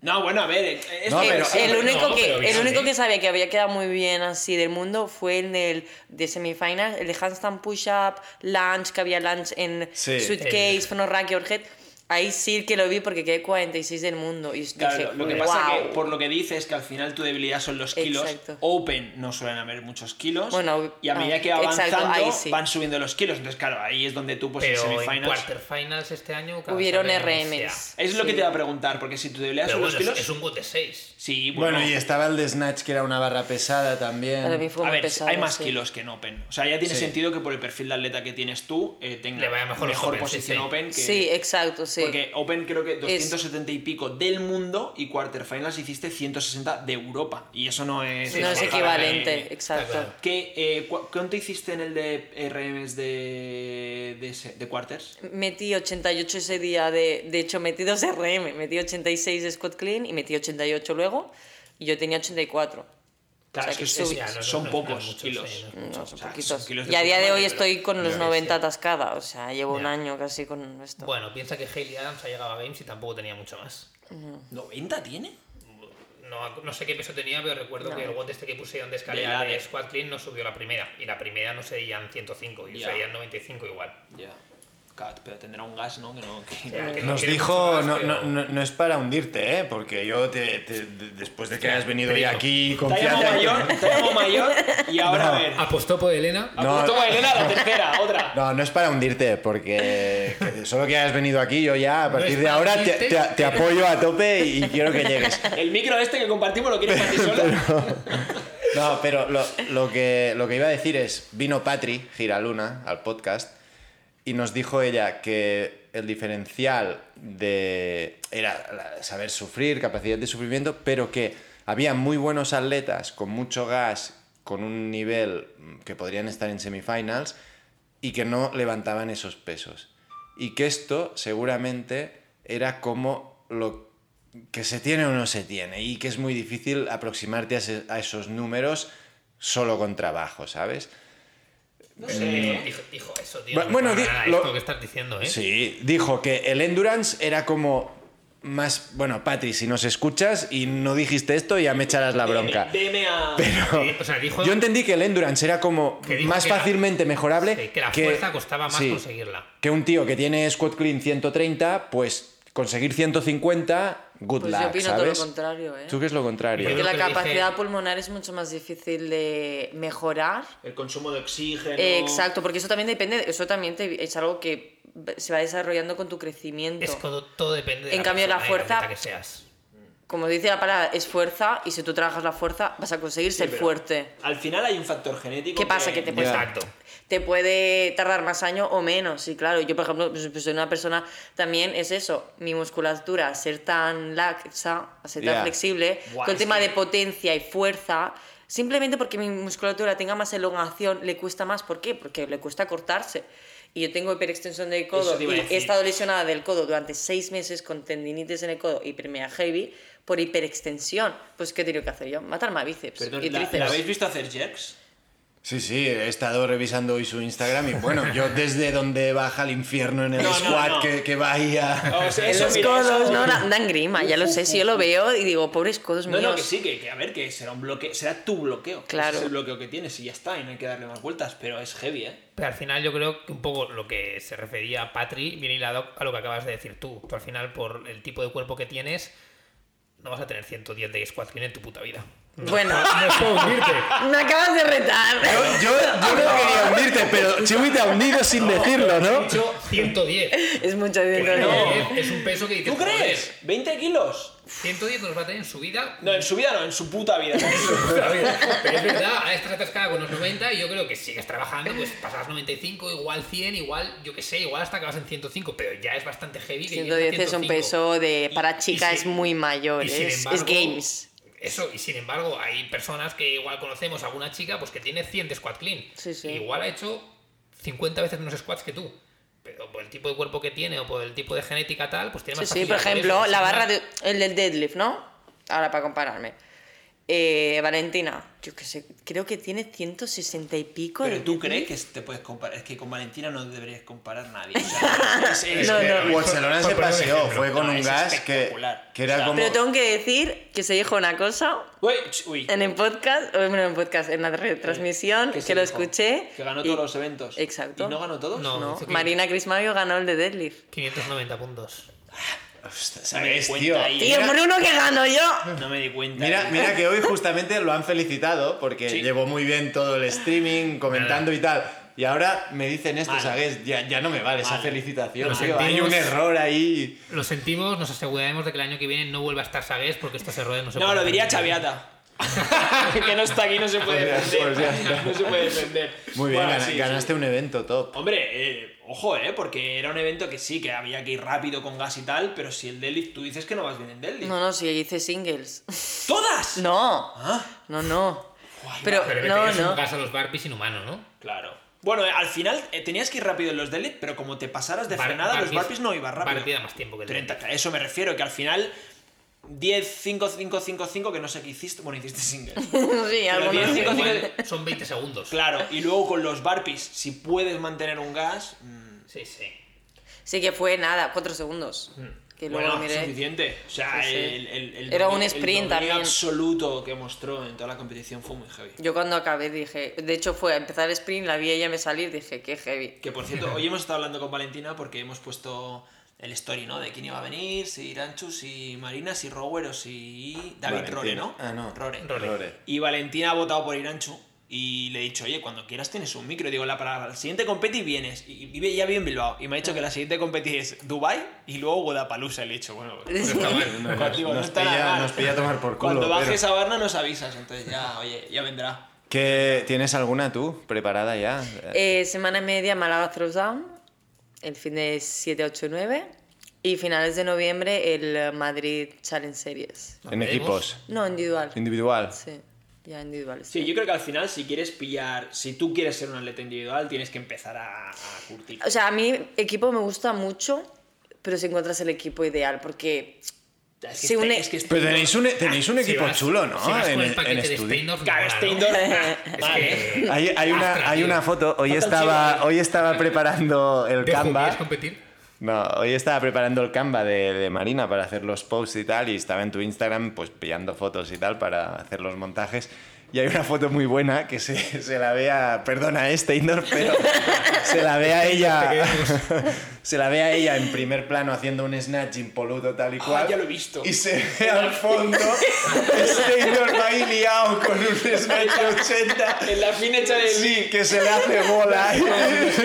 No, bueno, a ver. eh, es- No, eh, pero- sí, el, único no, que, pero bien, el único ¿eh? que sabía que había quedado muy bien así del mundo fue en el de semifinal, el de handstand push-up, lunch, que había lunch en Sí. suitcase, front rack y overhead. Ahí sí que lo vi porque quedé 46 del mundo. Y Claro, dije, lo- lo que pasa "Guau". que por lo que dices es que al final tu debilidad son los kilos. Exacto. Open no suelen haber muchos kilos. Bueno, y a ah, medida que exacto, avanzando ahí sí. van subiendo los kilos. Entonces, claro, ahí es donde tú pues en pero en semifinals. quarterfinals este año... cada Hubieron vez RMs. sea. Es lo que te iba a preguntar, porque si tu debilidad Pero son los bueno, kilos. es, es un bot de 6. Sí, bueno. Bueno, y estaba el de Snatch, que era una barra pesada Para mí también. fue A muy ver, pesado, hay más sí. kilos que en Open. O sea, ya tiene Sí. sentido que por el perfil de atleta que tienes tú eh, tenga Le vaya mejor los Open, sí, posición sí. Open que. Sí, exacto, sí. Porque Open creo que 270 y pico del mundo y quarterfinals hiciste 160 de Europa. Y eso no es. Sí, no es sí, equivalente, Eh, exacto. claro. ¿Qué, eh, cu- ¿Cuánto hiciste en el de RMs de, de, se- de quarters? Metí 88 ese día, de, de hecho metí dos RM, metí 86 de Scott Clean y metí 88 luego y yo tenía 84. Claro, O sea, es que que ustedes subí- Ya, no, son no, no, pocos no, muchos, eh, kilos. sí, no. No, O sea, son son poquitos. kilos de y a día puta de hoy madre, estoy con los Ya, 90 atascada, o sea, llevo un Ya. año casi con esto. Bueno, piensa que Hayley Adams ha llegado a Games y tampoco tenía mucho más. ¿90 tiene? No, no sé qué peso tenía, pero recuerdo que el WOT este que pusieron de Del escalera área. de Squad Clean no subió la primera. Y la primera no serían 105, y Ya. serían 95 igual. Ya. Claro, pero tendrá un gas, ¿no? Que no, que- Ya, que- Nos quiero dijo, mucho más, no, pero- no, no, no es para hundirte, ¿eh? porque yo, te, te- de- después de que has venido ya Perico. aquí, Te ha llamado confiado mayor, te ha llamado mayor y ahora No. a ver. Apostó por Elena. No. Apuesto con Elena la tercera, otra. No, no es para hundirte, porque que solo que has venido aquí, yo ya a partir es de para ahora te, hundirte. te- te apoyo a tope y quiero que llegues. El micro este que compartimos lo quieres para ti solo. No, pero lo, lo que, lo que iba a decir es, vino Patri Giraluna al podcast y nos dijo ella que el diferencial de era la- saber sufrir, capacidad de sufrimiento, pero que había muy buenos atletas con mucho gas, con un nivel mm, que podrían estar en semifinals y que no levantaban esos pesos. Y que esto seguramente era como lo que se tiene o no se tiene y que es muy difícil aproximarte a, ese- a esos números solo con trabajo, ¿sabes? No Dijo, ¿eh? sé. dijo- dijo eso, tío. Bueno, no me di- cuadra nada lo- esto que estás diciendo, ¿eh? Sí, dijo que el endurance era como más. Bueno, Patri, si nos escuchas y no dijiste esto, ya me echarás Eh, la bronca. Eh, Deme a. Pero Sí, o sea, dijo- yo entendí que el endurance era como Que dijo más que la- fácilmente mejorable. Sí, que la fuerza costaba más conseguirla. Que un tío que tiene squat clean 130, pues conseguir 150, good Pues yo luck, opino todo ¿sabes? lo contrario, ¿eh? Tú que es lo contrario. Yo Porque lo la que le dije- capacidad pulmonar es mucho más difícil de mejorar. El consumo de oxígeno. Eh, Exacto, porque eso también depende, eso también te- es algo que se va desarrollando con tu crecimiento. Es todo, todo depende de En cambio, la persona y fuerza- atleta que seas. Como dice la palabra, es fuerza y si tú trabajas la fuerza vas a conseguir Sí, ser pero fuerte. Al final hay un factor genético. ¿Qué pasa? Que te puede- Ya. Exacto. Te puede tardar más años o menos. Y claro, yo por ejemplo pues, pues, soy una persona, también es eso, mi musculatura, a ser tan laxa, a ser Ya. tan flexible, Buah, con es el tema que- de potencia y fuerza, simplemente porque mi musculatura tenga más elongación, le cuesta más. ¿Por qué? Porque le cuesta cortarse. Y yo tengo hiperextensión del codo te iba a y decir. he estado lesionada del codo durante seis meses con tendinitis en el codo, hipermea heavy, por hiperextensión. Pues, ¿qué he tenido que hacer yo? Matarme a bíceps Perdón, y ¿la, tríceps. la habéis visto hacer jerks? Sí, sí, he estado revisando hoy su Instagram y bueno, yo desde donde baja el infierno en el No, no, squat no. Que, que va ahí a... O sea, Oh, En eso, los mira, codos, eso- no, Dan- dan grima, ya lo sé, si yo lo veo y digo, pobres codos No, míos. no, que sí, que, que a ver, que será un bloque, será tu bloqueo. Claro. Ese Es el bloqueo que tienes y ya está, y no hay que darle más vueltas, pero es heavy, ¿eh? Pero al final yo creo que un poco lo que se refería a Patri viene hilado a lo que acabas de decir tú. Tú al final, por el tipo de cuerpo que tienes, no vas a tener 110 de squat clean en tu puta vida. Bueno, No es por hundirte. me acabas de retar. Yo, yo no quería hundirte, pero Chiwi te ha hundido sin decirlo, He ¿no? dicho 110. Es mucha Pues Pero dieta. es- Es un peso que dices, ¿Tú crees? ¿20 kilos? "Joder, 110 nos va a tener en su vida. No, en su vida no, en su puta vida. Pero es verdad, ahora estás atascada con los 90 y yo creo que sigues trabajando, pues pasas 95, igual 100, igual, yo qué sé, igual hasta acabas en 105, pero ya es bastante heavy. Que llegues a 110 es un 105. peso de. Y- Para y chica sin- es muy mayor, y sin es, embargo- es games. Eso, y sin embargo, hay personas que igual conocemos, alguna chica, pues que tiene 100 de squat clean. Sí, sí. Y Igual ha hecho 50 veces menos squats que tú. Pero por el tipo de cuerpo que tiene o por el tipo de genética tal, pues tiene Sí, más sí, por facilidad eso, ejemplo, sin la más. barra de, el del deadlift, ¿no? Ahora para compararme. Eh, Valentina, yo qué sé, creo que tiene 160 y pico. Pero de tú deadlift. crees que te puedes comparar. Es que con Valentina no deberías comparar nadie. o sea, es- es- No, no. Eh, Barcelona Por se poner un paseó, ejemplo. fue con No, un es gas que, espectacular. que era O sea, como... Pero tengo que decir que se dijo una cosa Uy, ch- uy. en el podcast, o bueno, en el podcast, en la retransmisión, que, Eh, se lo dijo? escuché. Que ganó y- todos los eventos. Exacto. ¿Y no ganó todos? No. No, dice que- Marina Crismario ganó el de deadlift. 590 puntos. Ostras, No me di ¿sabes, cuenta tío? ahí. Tío, por uno que gano yo. No me di cuenta. eh. Mira, mira que hoy justamente lo han felicitado porque Sí. llevó muy bien todo el streaming, comentando y tal. Y ahora me dicen esto, Mal. ¿sabes? Ya, ya no me vale esa Mal. felicitación. Lo tío. Hay sentimos. un error ahí. Lo sentimos, nos aseguraremos de que el año que viene no vuelva a estar Sagues porque estos errores no se No, pueden lo diría permitir. Chaviata. que no está aquí, no se puede Pues ya, defender. pues ya. no se puede defender. Muy bien, Bueno, gana- sí, sí. ganaste un evento top. Hombre, eh, ojo, ¿eh? Porque era un evento que sí, que había que ir rápido con gas y tal, pero si el deadlift, tú dices que no vas bien en deadlift. No, no, si hice singles. ¡Todas! No, Ah, no, no. Guay, Pero, Pero no, no, no. gas a los barbies inhumanos, ¿no? claro. Bueno, eh, al final eh, tenías que ir rápido en los deadlift, pero como te pasaras de Bar- frenada, los barbies- barbies no iba rápido. Barbie da más tiempo que el 30, a eso me refiero, que al final 10, 5, 5, 5, 5, que no sé qué hiciste, bueno, hiciste single. sí, Pero algunos diez, cinco, singles. cinco- Son 20 segundos. Claro, y luego con los barpees, si puedes mantener un gas, mm, Sí, sí. Sí que fue nada, cuatro segundos. Que luego Mm. bueno, lo miré. suficiente. O sea, Sí, sí. El, el- el Era un dominio- sprint el dominio también. absoluto que mostró en toda la competición fue muy heavy. Yo cuando acabé dije, de hecho fue a empezar el sprint, la vi a ella me salir, dije, qué heavy. Que por cierto, hoy hemos estado hablando con Valentina porque hemos puesto el story, ¿no? De quién iba a venir, si Iranchu, si Marina, si Rower o si David Valentín. Rore, ¿no? Ah, no. Rore. Rore. Errores. Y Valentina ha votado por Iranchu y le he dicho, oye, cuando quieras tienes un micro. Y digo, la, para la siguiente competi vienes. Y vive ya bien Bilbao. Y me ha dicho que la siguiente competi es Dubai y luego Guadalajara. Y le he dicho, bueno, pues, Sí. Nos, Cuando- digo, no nos está nada pilla, mal. nos pilla a tomar por culo. cuando bajes pero- a Barna nos avisas. Entonces ya, oye, ya vendrá. ¿Qué- ¿Tienes alguna tú preparada ya? Eh, semana y media Málaga Throwdown, el fin de 7, 8 y 9. Y finales de noviembre el eh, Madrid Challenge Series. en nos equipos, No, individual. individual. Sí, ya individuales. Sí, yo creo que al final, si quieres pillar, si tú quieres ser un atleta individual, tienes que empezar a, a curtir. O sea, a mí equipo me gusta mucho, pero si encuentras el equipo ideal, porque Es que sí, un este- e- es que este- Pero tenéis un, tenéis un equipo pues chulo, ¿no? Ah, Si vas en con el en paquete de estudio. Steindorf, Claro, no mola, este ¿no? indoor- Es Vale. que- Hay, hay una, Astra, hay tío. una foto, Falta un hoy ¿eh? estaba, chico. hoy estaba preparando el Dejo, ¿quieres Canva competir? No, hoy estaba preparando el Canva de, de Marina para hacer los posts y tal, y estaba en tu Instagram pues pillando fotos y tal para hacer los montajes. Y hay una foto muy buena que se, se la ve a. Perdona, este indoor, pero. Se la ve a ella. se la ve a ella en primer plano haciendo un snatch impoluto tal y Ah, cual. Ah, ya lo he visto. Y se ve al fondo. este indoor va ahí liado con un snatch de 80. En la fin hecha del... Sí, que se le hace bola.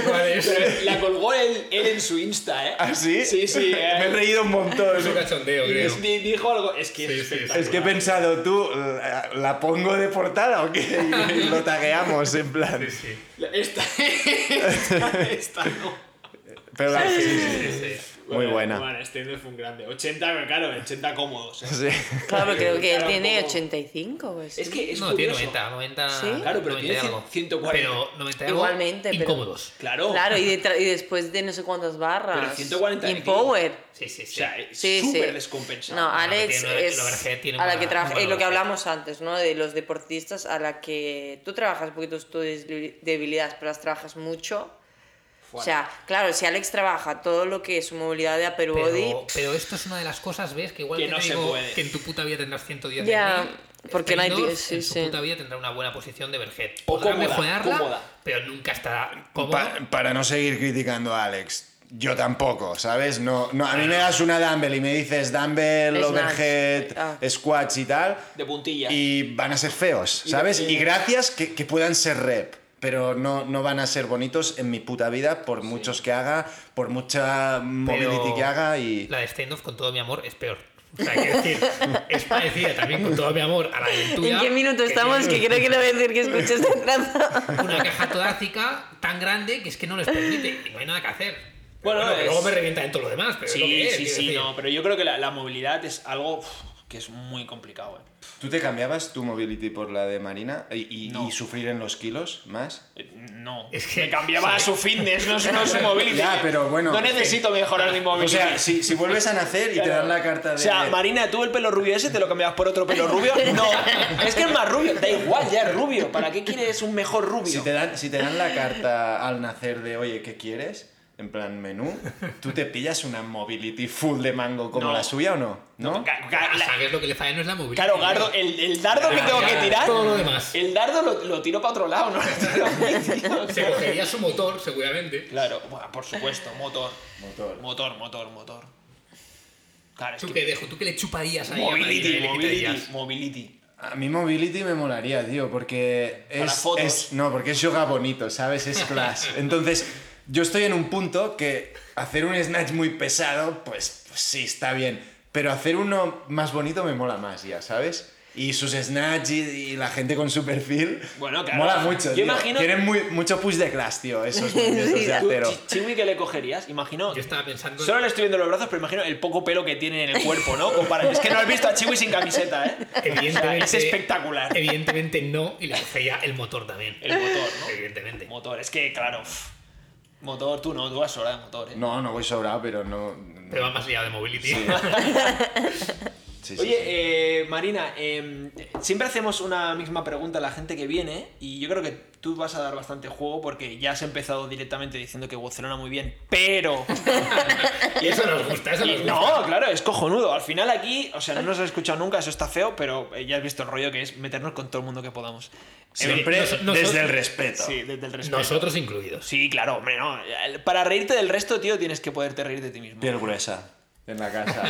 ¿Cuál es? La colgó él, él en su Insta, ¿eh? ¿Ah, sí? Sí, sí. eh. Me he reído un montón. Es un cachondeo, Y creo. es- di- dijo algo... Es que es Sí, sí, sí. espectacular. Es que he pensado, tú, ¿la, la pongo de portada o qué? Y lo tagueamos, en plan. Sí, sí. Esta, esta, esta no. Pero la- Sí, sí. Muy Bueno, buena. Bueno, este no fue un grande. 80, pero claro, 80 cómodos. ¿eh? sí. Claro, porque creo que él Claro, tiene como- 85 o así. Es que es no, tiene curioso. 90, 90. Sí. Claro, pero 90 y tiene algo. 140. Pero 90 y algo Igualmente, pero- incómodos. Claro. Claro, y, detra- y después de no sé cuántas barras. Pero 140 Y en kilos. power. Sí, sí, O sí. sea, es Sí, sí. súper descompensado. No, ah, no, Alex tiene una- es la vergüenza tiene a la una- que trabaja, una eh, lo que vergüenza. hablamos antes, ¿no? De los deportistas a la que tú trabajas porque tus, tus debilidades, pero las trabajas mucho. O sea, claro, si Alex trabaja todo lo que es su movilidad de upper body, pero, pero esto es una de las cosas, ¿ves? Que igual Que que, no te se digo puede. que en tu puta vida tendrás 110 Ya, de mil, porque no hay Taylor tíos, sí, en su sí. puta vida tendrá una buena posición de Berget. O Podrá cómoda, mejorarla, cómoda. pero nunca estará cómodo. Pa- para no seguir criticando a Alex. Yo tampoco, ¿sabes? No, no, a mí me das una dumbbell y me dices dumbbell, Snatch. overhead, Ah. squats y tal, De puntilla. y van a ser feos, Y- ¿sabes? y- Y gracias que, que puedan ser rep, pero no, no van a ser bonitos en mi puta vida por muchos que haga, por mucha Pero mobility que haga y... La de Steinoff, con todo mi amor, es peor. O sea, quiero decir, es parecida también con todo mi amor a la de Ventura, ¿en qué minuto que estamos? Que tiene creo que le voy a decir que escuche esta entrada. Una caja torácica tan grande que es que no les permite y no hay nada que hacer. Pero Bueno, Bueno, que es- luego me revienta en todo lo demás, pero es lo Sí, que es, sí, quiero sí, decir. no, pero yo creo que la, la movilidad es algo uf, que es muy complicado. ¿eh? ¿Tú te cambiabas tu mobility por la de Marina y, y- No. y sufrir en los kilos más? Eh, No, Es que- me cambiaba a su fitness, no, su- no su movilidad. Ya, pero bueno. eh, No necesito mejorar mi O movilidad. sea, si, si vuelves a nacer y te dan la carta de... O sea, Marina, tú el pelo rubio ese te lo cambiabas por otro pelo rubio. No, es que es más rubio. Da igual, ya es rubio. ¿Para qué quieres un mejor rubio? Si te, dan, si te dan la carta al nacer de, oye, ¿qué quieres? En plan menú, ¿tú te pillas una mobility full de mango como No. la suya o no? ¿No? Ca- ca- O la- sea, que es lo que le falla no es la movilidad. Claro, Gardo, el, el dardo que Claro, tengo que ya, tirar. todo lo demás. El dardo lo, lo tiro para otro lado, no lo tiro a mí, tío. Se cogería su motor, seguramente. Claro, buah, por supuesto, motor. Motor. Motor, motor, motor. Claro, es ¿Tú que. qué dejo? ¿Tú qué le chuparías ahí? a Mobility, Marina? ¿Qué le mobility, quitarías? mobility. A mí mobility me molaría, tío, porque Para es, fotos. es- No, porque es yoga bonito, ¿sabes? Es class. Entonces, yo estoy en un punto que hacer un snatch muy pesado, pues, pues sí, está bien. Pero hacer uno más bonito me mola más, ya, ¿sabes? Y sus snatch y, y la gente con su perfil. Bueno, claro. Mola mucho, Yo tío. imagino- Tienen muy, mucho push de class, tío, esos movimientos de Tú, acero. Chi- Chiwi, ¿qué le cogerías? Imagino. Yo estaba pensando. Solo le estoy viendo los brazos, pero imagino el poco pelo que tiene en el cuerpo, ¿no? Compara- Es que no has visto a Chiwi sin camiseta, ¿eh? Evidentemente- Es espectacular. Evidentemente no, y le cogería el motor también. El motor, ¿no? Evidentemente. Motor, es que, claro. pff, Motor, tú no, tú vas sola de motor, ¿eh? No, no voy sobrado, pero no. no- Te va más liado de mobility. Sí. Sí, sí, Oye, sí. eh, Marina, eh, siempre hacemos una misma pregunta a la gente que viene y yo creo que tú vas a dar bastante juego porque ya has empezado directamente diciendo que Barcelona muy bien, pero... Y eso nos gusta, eso nos Y gusta. no, claro, es cojonudo. Al final aquí, o sea, no nos has escuchado nunca, eso está feo, pero eh, ya has visto el rollo que es meternos con todo el mundo que podamos. Siempre nos- nos- desde el respeto. eh, Sí, desde el respeto. Nosotros incluidos. Sí, claro, hombre, no. Para reírte del resto, tío, tienes que poderte reír de ti mismo. Piel gruesa. En la casa.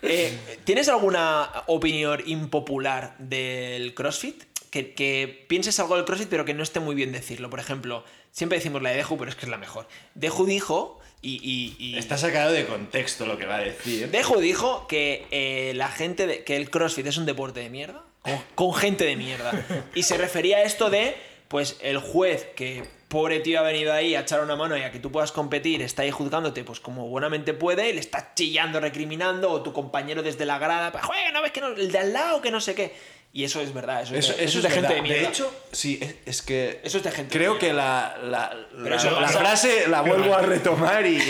Eh, ¿Tienes alguna opinión impopular del CrossFit? Que, que pienses algo del CrossFit, pero que no esté muy bien decirlo. Por ejemplo, siempre decimos la de Deju, pero es que es la mejor. Deju dijo, y. y- y- Está sacado de contexto lo que va a decir. Deju dijo que eh, la gente de- que el CrossFit es un deporte de mierda. Con, con gente de mierda. Y se refería a esto de, pues, el juez que pobre tío ha venido ahí a echar una mano y a que tú puedas competir, está ahí juzgándote, pues como buenamente puede, y le está chillando, recriminando, o tu compañero desde la grada, pues, juega, no ves que no, el de al lado, que no sé qué. Y eso es verdad, eso, es, Eso, de- eso eso es de gente verdad. de mierda. hecho, sí, es, es que. Eso es de gente Creo de que la, la, la- eso la pasa- frase la vuelvo a retomar y.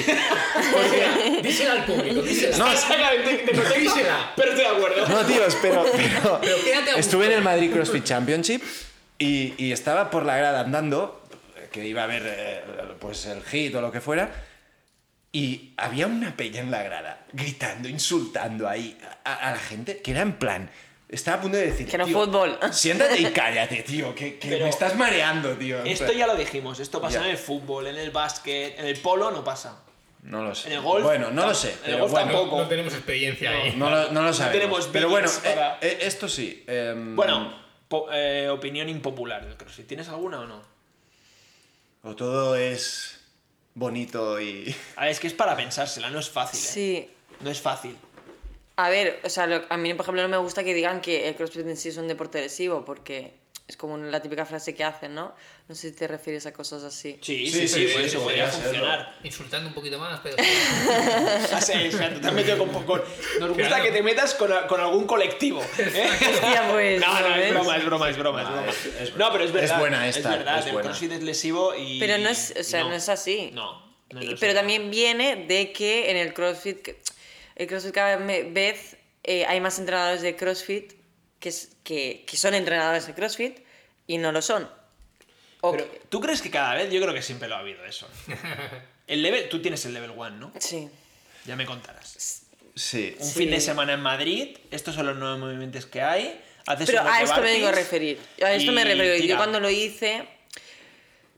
Dísela al público, dísela. No, Exactamente, de contexto, Dísela. pero estoy de acuerdo. No, tíos, pero. pero- Pero quédate a gusto. estuve en el Madrid CrossFit Championship y, y estaba por la grada andando, que iba a ver eh, pues el hit o lo que fuera. Y había una peña en la grada, gritando, insultando ahí a, a la gente, que era en plan. Estaba a punto de decir. Que no "Tío, fútbol". Siéntate y cállate, tío, que, que Pero- me estás mareando, tío. En Esto plan- ya lo dijimos, esto pasa Ya. en el fútbol, en el básquet, en el polo no pasa. No lo sé. En el golf- Bueno, no lo sé. en el pero golf bueno, tampoco. No, no tenemos experiencia ahí. No lo, no lo sabemos. tenemos pero bueno, billets para- eh, eh, esto sí. em, Bueno, po- eh, opinión impopular del CrossFit. ¿Tienes alguna o no? O Pues todo es bonito y. A ver, Ah, es que es para pensársela, no es fácil. ¿eh? Sí. No es fácil. A ver, o sea, lo- a mí, por ejemplo, no me gusta que digan que el CrossFit en sí es un deporte lesivo, porque es como la típica frase que hacen, ¿no? No sé si te refieres a cosas así. Sí, Sí, sí, sí, sí, por sí, eso podría podría serlo. funcionar. Insultando un poquito más, pero. Ah, sí, exacto, te has metido con, con- Nos gusta Claro. que te metas con, con algún colectivo. ¿eh? Hostia, pues, no, no, es ¿ves? broma, es broma, es broma. es No, broma. es- es- no, pero es es verdad. buena esta, Es verdad, es el buena. CrossFit es lesivo y. Pero no es, o sea, no, es así. No. no, no Y- es pero verdad. también viene de que en el CrossFit, que- el CrossFit cada me- vez eh, hay más entrenadores de CrossFit que, es- que, que son entrenadores de CrossFit y no lo son. O Pero, que- ¿Tú crees que cada vez? Yo creo que siempre lo ha habido eso. El level, tú tienes el level 1, ¿no? sí. Ya me contarás. Sí. Un Sí. fin de semana en Madrid, estos son los nuevos movimientos que hay. Haces Pero un a esto me rebatis vengo a referir. A esto y me refiero. Yo tira. cuando lo hice,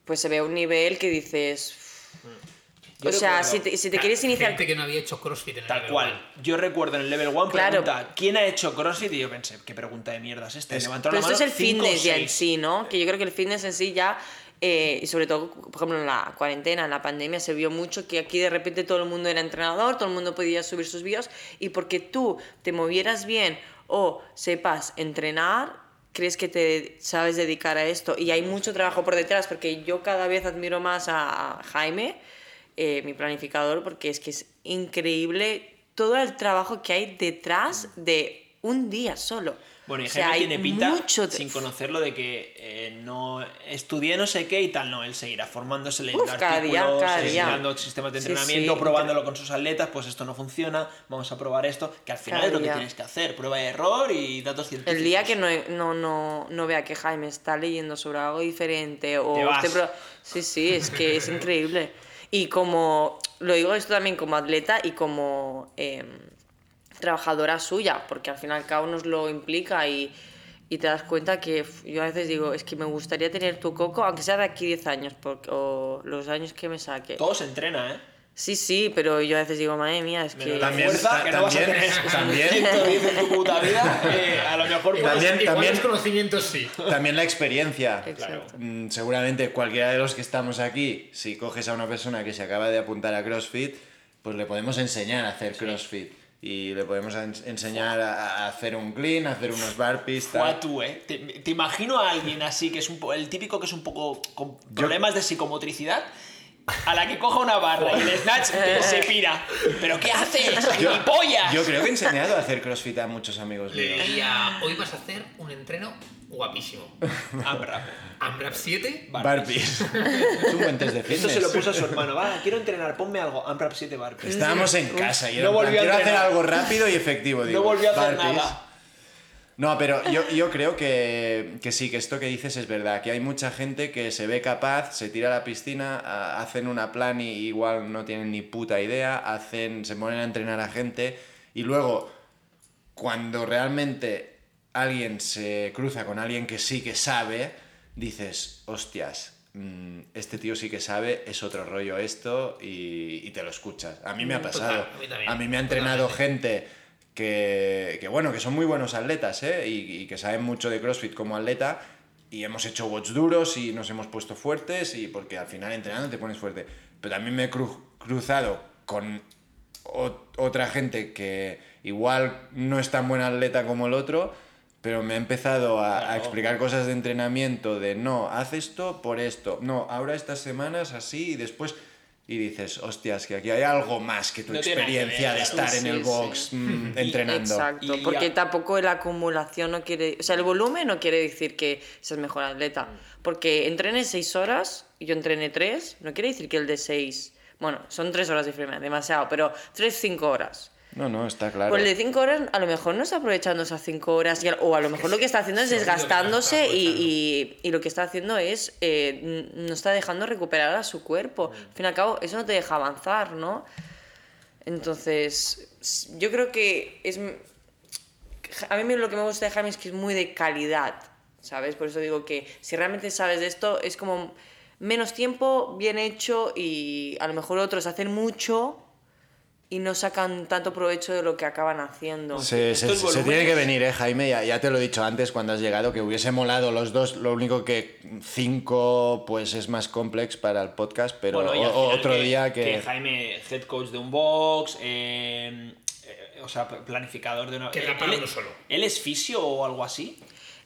pues se ve un nivel que dices. Yo Ah, o sea, recuerdo- si te, si te quieres iniciar. Gente que no había hecho CrossFit en el Tal nivel cual. one. Yo recuerdo en el level 1 Claro. pregunta, ¿quién ha hecho CrossFit? Y yo pensé, ¿qué pregunta de mierda es esta? Y Es- levantaron Pero la esto es mano el cinco o fitness ya en seis. sí, ¿no? Que yo creo que el fitness en sí ya. eh, y sobre todo, por ejemplo, en la cuarentena, en la pandemia, se vio mucho que aquí de repente todo el mundo era entrenador, todo el mundo podía subir sus vídeos. Y porque tú te movieras bien o sepas entrenar, crees que te sabes dedicar a esto. Y hay mucho trabajo por detrás, porque yo cada vez admiro más a Jaime, eh, mi planificador, porque es que es increíble todo el trabajo que hay detrás de un día solo. Bueno, y O sea, Jaime hay tiene pinta, mucho tra- sin conocerlo, de que eh, no estudié no sé qué y tal. No, él seguirá formándose, leyendo Uf, cada día, artículos, cada día. enseñando sistemas de Sí, entrenamiento, sí. probándolo con sus atletas, pues esto no funciona, vamos a probar esto, que al final Cada es lo que día. tienes que hacer, prueba y error y datos científicos. El día que no, no, no, no vea que Jaime está leyendo sobre algo diferente o... Te vas. este pro- Sí, sí, es que es increíble. Y como, lo digo esto también como atleta y como eh, trabajadora suya, porque al fin y al cabo nos lo implica y, y te das cuenta que uf, yo a veces digo, es que me gustaría tener tu coco, aunque sea de aquí 10 años, porque, o los años que me saque. Todo se entrena, ¿eh? Sí, sí, pero yo a veces digo, madre mía, es Menos que... la También- fuerza, ta- que no vas a también- tener también- 110 en tu puta vida, eh, a lo mejor Igual- También- igual también- los conocimientos sí. También la experiencia. Exacto. Mm, Seguramente cualquiera de los que estamos aquí, si coges a una persona que se acaba de apuntar a CrossFit, pues le podemos enseñar a hacer CrossFit. Y le podemos ens- enseñar a, a hacer un clean, a hacer unos burpees, tal. Buah, tú, ¿eh? Te, te imagino a alguien así, que es un po- el típico que es un poco con problemas de psicomotricidad, a la que coja una barra y el snatch se pira. ¿Pero qué haces? ¡Gilipollas! yo creo que he enseñado a hacer CrossFit a muchos amigos Le míos. diría, hoy vas a hacer un entreno guapísimo. Ambra. AMRAP 7, Burpees. es un buen test de fitness. Esto se lo puso a su hermano. Va, quiero entrenar, ponme algo. Amrap 7 Barpes. Estábamos en casa y No era en plan, volvió a quiero hacer entrenar". algo rápido y efectivo. No digo, volvió a hacer "Burpees". nada. No, pero yo, yo creo que, que sí, que esto que dices es verdad, que hay mucha gente que se ve capaz, se tira a la piscina, a- hacen una plan y igual no tienen ni puta idea, hacen, se ponen a entrenar a gente y luego cuando realmente alguien se cruza con alguien que sí que sabe, dices, hostias, mm, este tío sí que sabe, es otro rollo esto y, y te lo escuchas. A mí me ha Total, pasado. a mí también, a mí me ha entrenado totalmente. gente que, que, bueno, que son muy buenos atletas ¿eh? y, y que saben mucho de CrossFit como atleta y hemos hecho watch duros y nos hemos puesto fuertes y porque al final entrenando te pones fuerte. Pero también me he cru- cruzado con o- otra gente que igual no es tan buen atleta como el otro, pero me ha empezado a, a Claro. explicar cosas de entrenamiento, de no, haz esto por esto, no, ahora estas semanas así y después... Y dices, hostias, que aquí hay algo más que tu No tiene nada que ver, experiencia de claro. estar en Sí, el sí. box mm, entrenando. Exacto, Y porque ya- tampoco la acumulación no quiere, o sea, el volumen no quiere decir que seas mejor atleta, porque entrené seis horas y yo entrené tres, no quiere decir que el de seis, bueno, son tres horas de diferencia, demasiado, pero tres, cinco horas. No, no, está claro. Pues Por el de 5 horas, a lo mejor no está aprovechando esas 5 horas, y a- o a lo mejor lo que está haciendo es Sí, lo que no está desgastándose y, y- y lo que está haciendo es, eh, n- no está dejando recuperar a su cuerpo. Al fin y al cabo, eso no te deja avanzar, ¿no? Entonces, s- yo creo que es... m- A mí lo que me gusta de Jaime es que es muy de calidad, ¿sabes? Por eso digo que si realmente sabes de esto, es como menos tiempo, bien hecho y a lo mejor otros hacen mucho y no sacan tanto provecho de lo que acaban haciendo. Se, se- Estos se volúmenes- tiene que venir, ¿eh, Jaime? Ya, ya te lo he dicho antes cuando has llegado, que hubiese molado los dos. Lo único que cinco pues es más complex para el podcast, pero Bueno, y al o- o final otro día que... Jaime, head coach de un box, eh, eh, o sea, planificador de una. Que él- da para él- uno solo. ¿Él es fisio o algo así?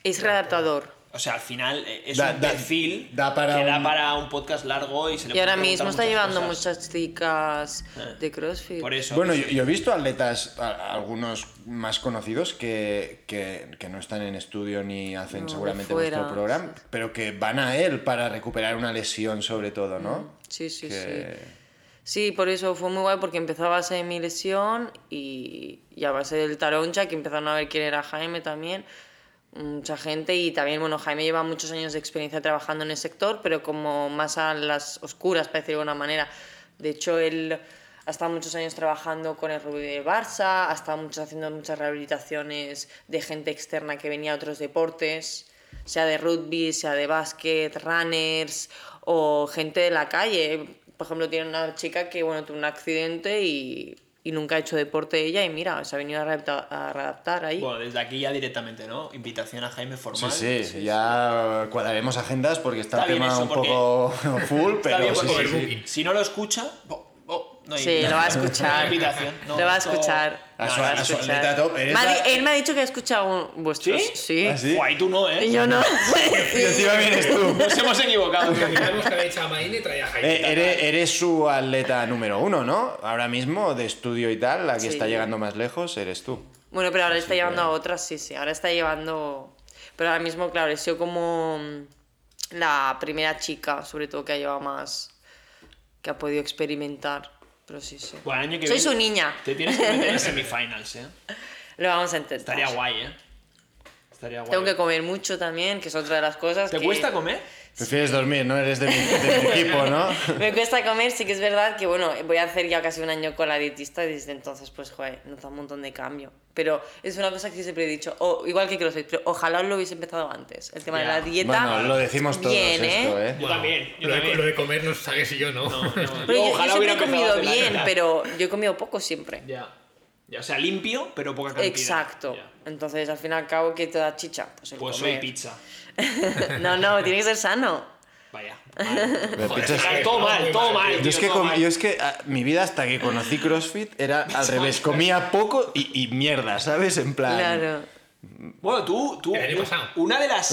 Es readaptador. O sea, al final eh, es Da- un da- perfil da para que da un- para un podcast largo y se le Y pueden ahora preguntar mismo está muchas llevando cosas. muchas chicas Eh. de CrossFit. Por eso. Bueno, yo, yo he visto atletas, a- algunos más conocidos, que, que- que no están en estudio ni hacen No, de seguramente fuera, nuestro programa, sí. pero que van a él para recuperar una lesión sobre todo, ¿no? Sí, sí, Que- sí. Sí, por eso fue muy guay porque empezó a base de mi lesión y, y a base del taroncha, que empezaron a ver quién era Jaime también, mucha gente y también, bueno, Jaime lleva muchos años de experiencia trabajando en el sector, pero como más a las oscuras, para decirlo de alguna manera. De hecho, él ha estado muchos años trabajando con el Rubí de Barça, ha estado mucho- haciendo muchas rehabilitaciones de gente externa que venía a otros deportes sea de rugby, sea de básquet, runners o gente de la calle. Por ejemplo, tiene una chica que bueno, tuvo un accidente y, y nunca ha hecho deporte ella y mira, se ha venido a, readapta- a readaptar ahí. Bueno, desde aquí ya directamente, ¿no? Invitación a Jaime formal. Sí, sí, ya cuadraremos agendas porque está, Está el bien tema eso, un porque- poco full, Está pero bien, sí, porque sí, sí. sí. Si no lo escucha. bo- bo- no hay Sí, lo va a invitación. escuchar. No hay invitación. no, lo va a esto- escuchar. A lo su- va a su atleta top, eres Me ha di- la- él me ha dicho que ha escuchado un- vuestros. ¿Sí? ¿Ah, sí? Guay, tú no, Y ¿eh? yo no. Y encima vienes tú. Nos hemos equivocado. Teníamos que haber hecho a Maín y traía a Jaime. Eh, eres, eres su atleta número uno, ¿no? Ahora mismo, de estudio y tal, la que Sí. está llegando más lejos eres tú. Bueno, pero ahora está que- llevando a otras, sí, sí. Ahora está llevando. Pero ahora mismo, claro, he sido como mm, la primera chica, sobre todo, que ha llevado más. que ha podido experimentar. Pero sí, sí. Bueno, Pues el año que Soy viene su niña. Te tienes que meter en semifinals, ¿eh? Lo vamos a intentar. Estaría guay, ¿eh? Estaría guay. Tengo que comer mucho también, que es otra de las cosas. ¿Te que- cuesta comer? Prefieres dormir, ¿no? Eres de mi, de mi equipo, ¿no? Me cuesta comer, sí que es verdad que, bueno, voy a hacer ya casi un año con la dietista y desde entonces, pues, joder, nota un montón de cambio. Pero es una cosa que siempre he dicho, o, igual que CrossFit, pero ojalá lo hubiese empezado antes. El tema Ya. de la dieta. Bueno, lo decimos todos bien, esto, ¿eh? Yo también, yo lo, de, también. lo de comer no sabes y yo no. Pero yo- yo, Ojalá siempre hubiera he empezado comido hace la bien, guerra. pero yo he comido poco siempre. Ya. ya. O sea, limpio, pero poca cantidad. Exacto. Ya. Entonces, al fin y al cabo, ¿qué te da chicha? Pues el Pues soy comer. pizza. no, no, tiene que ser sano. Vaya. Vale. Me pichas- Claro, todo mal, todo mal. Yo es tío, que, todo com- mal. yo es que ah, mi vida hasta que conocí CrossFit era al revés. Comía poco y, y mierda, ¿sabes? En plan... Claro. Bueno, tú, tú. El año pasado. Una de las.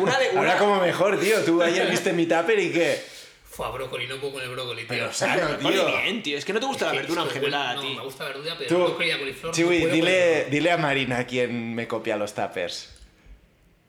Una de. Una... Ahora como mejor, tío. Tú ayer viste mi tupper y qué... Fue a brócoli, no puedo con el brócoli, tío. Pero Claro, saco, coño, tío. bien, tío. Es que no te gusta la Sí, verdura es que angelada, huele- tío. No, me gusta la verdura, pero el Tú, brócoli y la coliflor. Chiwi, no puedo dile, con el- dile a Marina quién me copia los tuppers.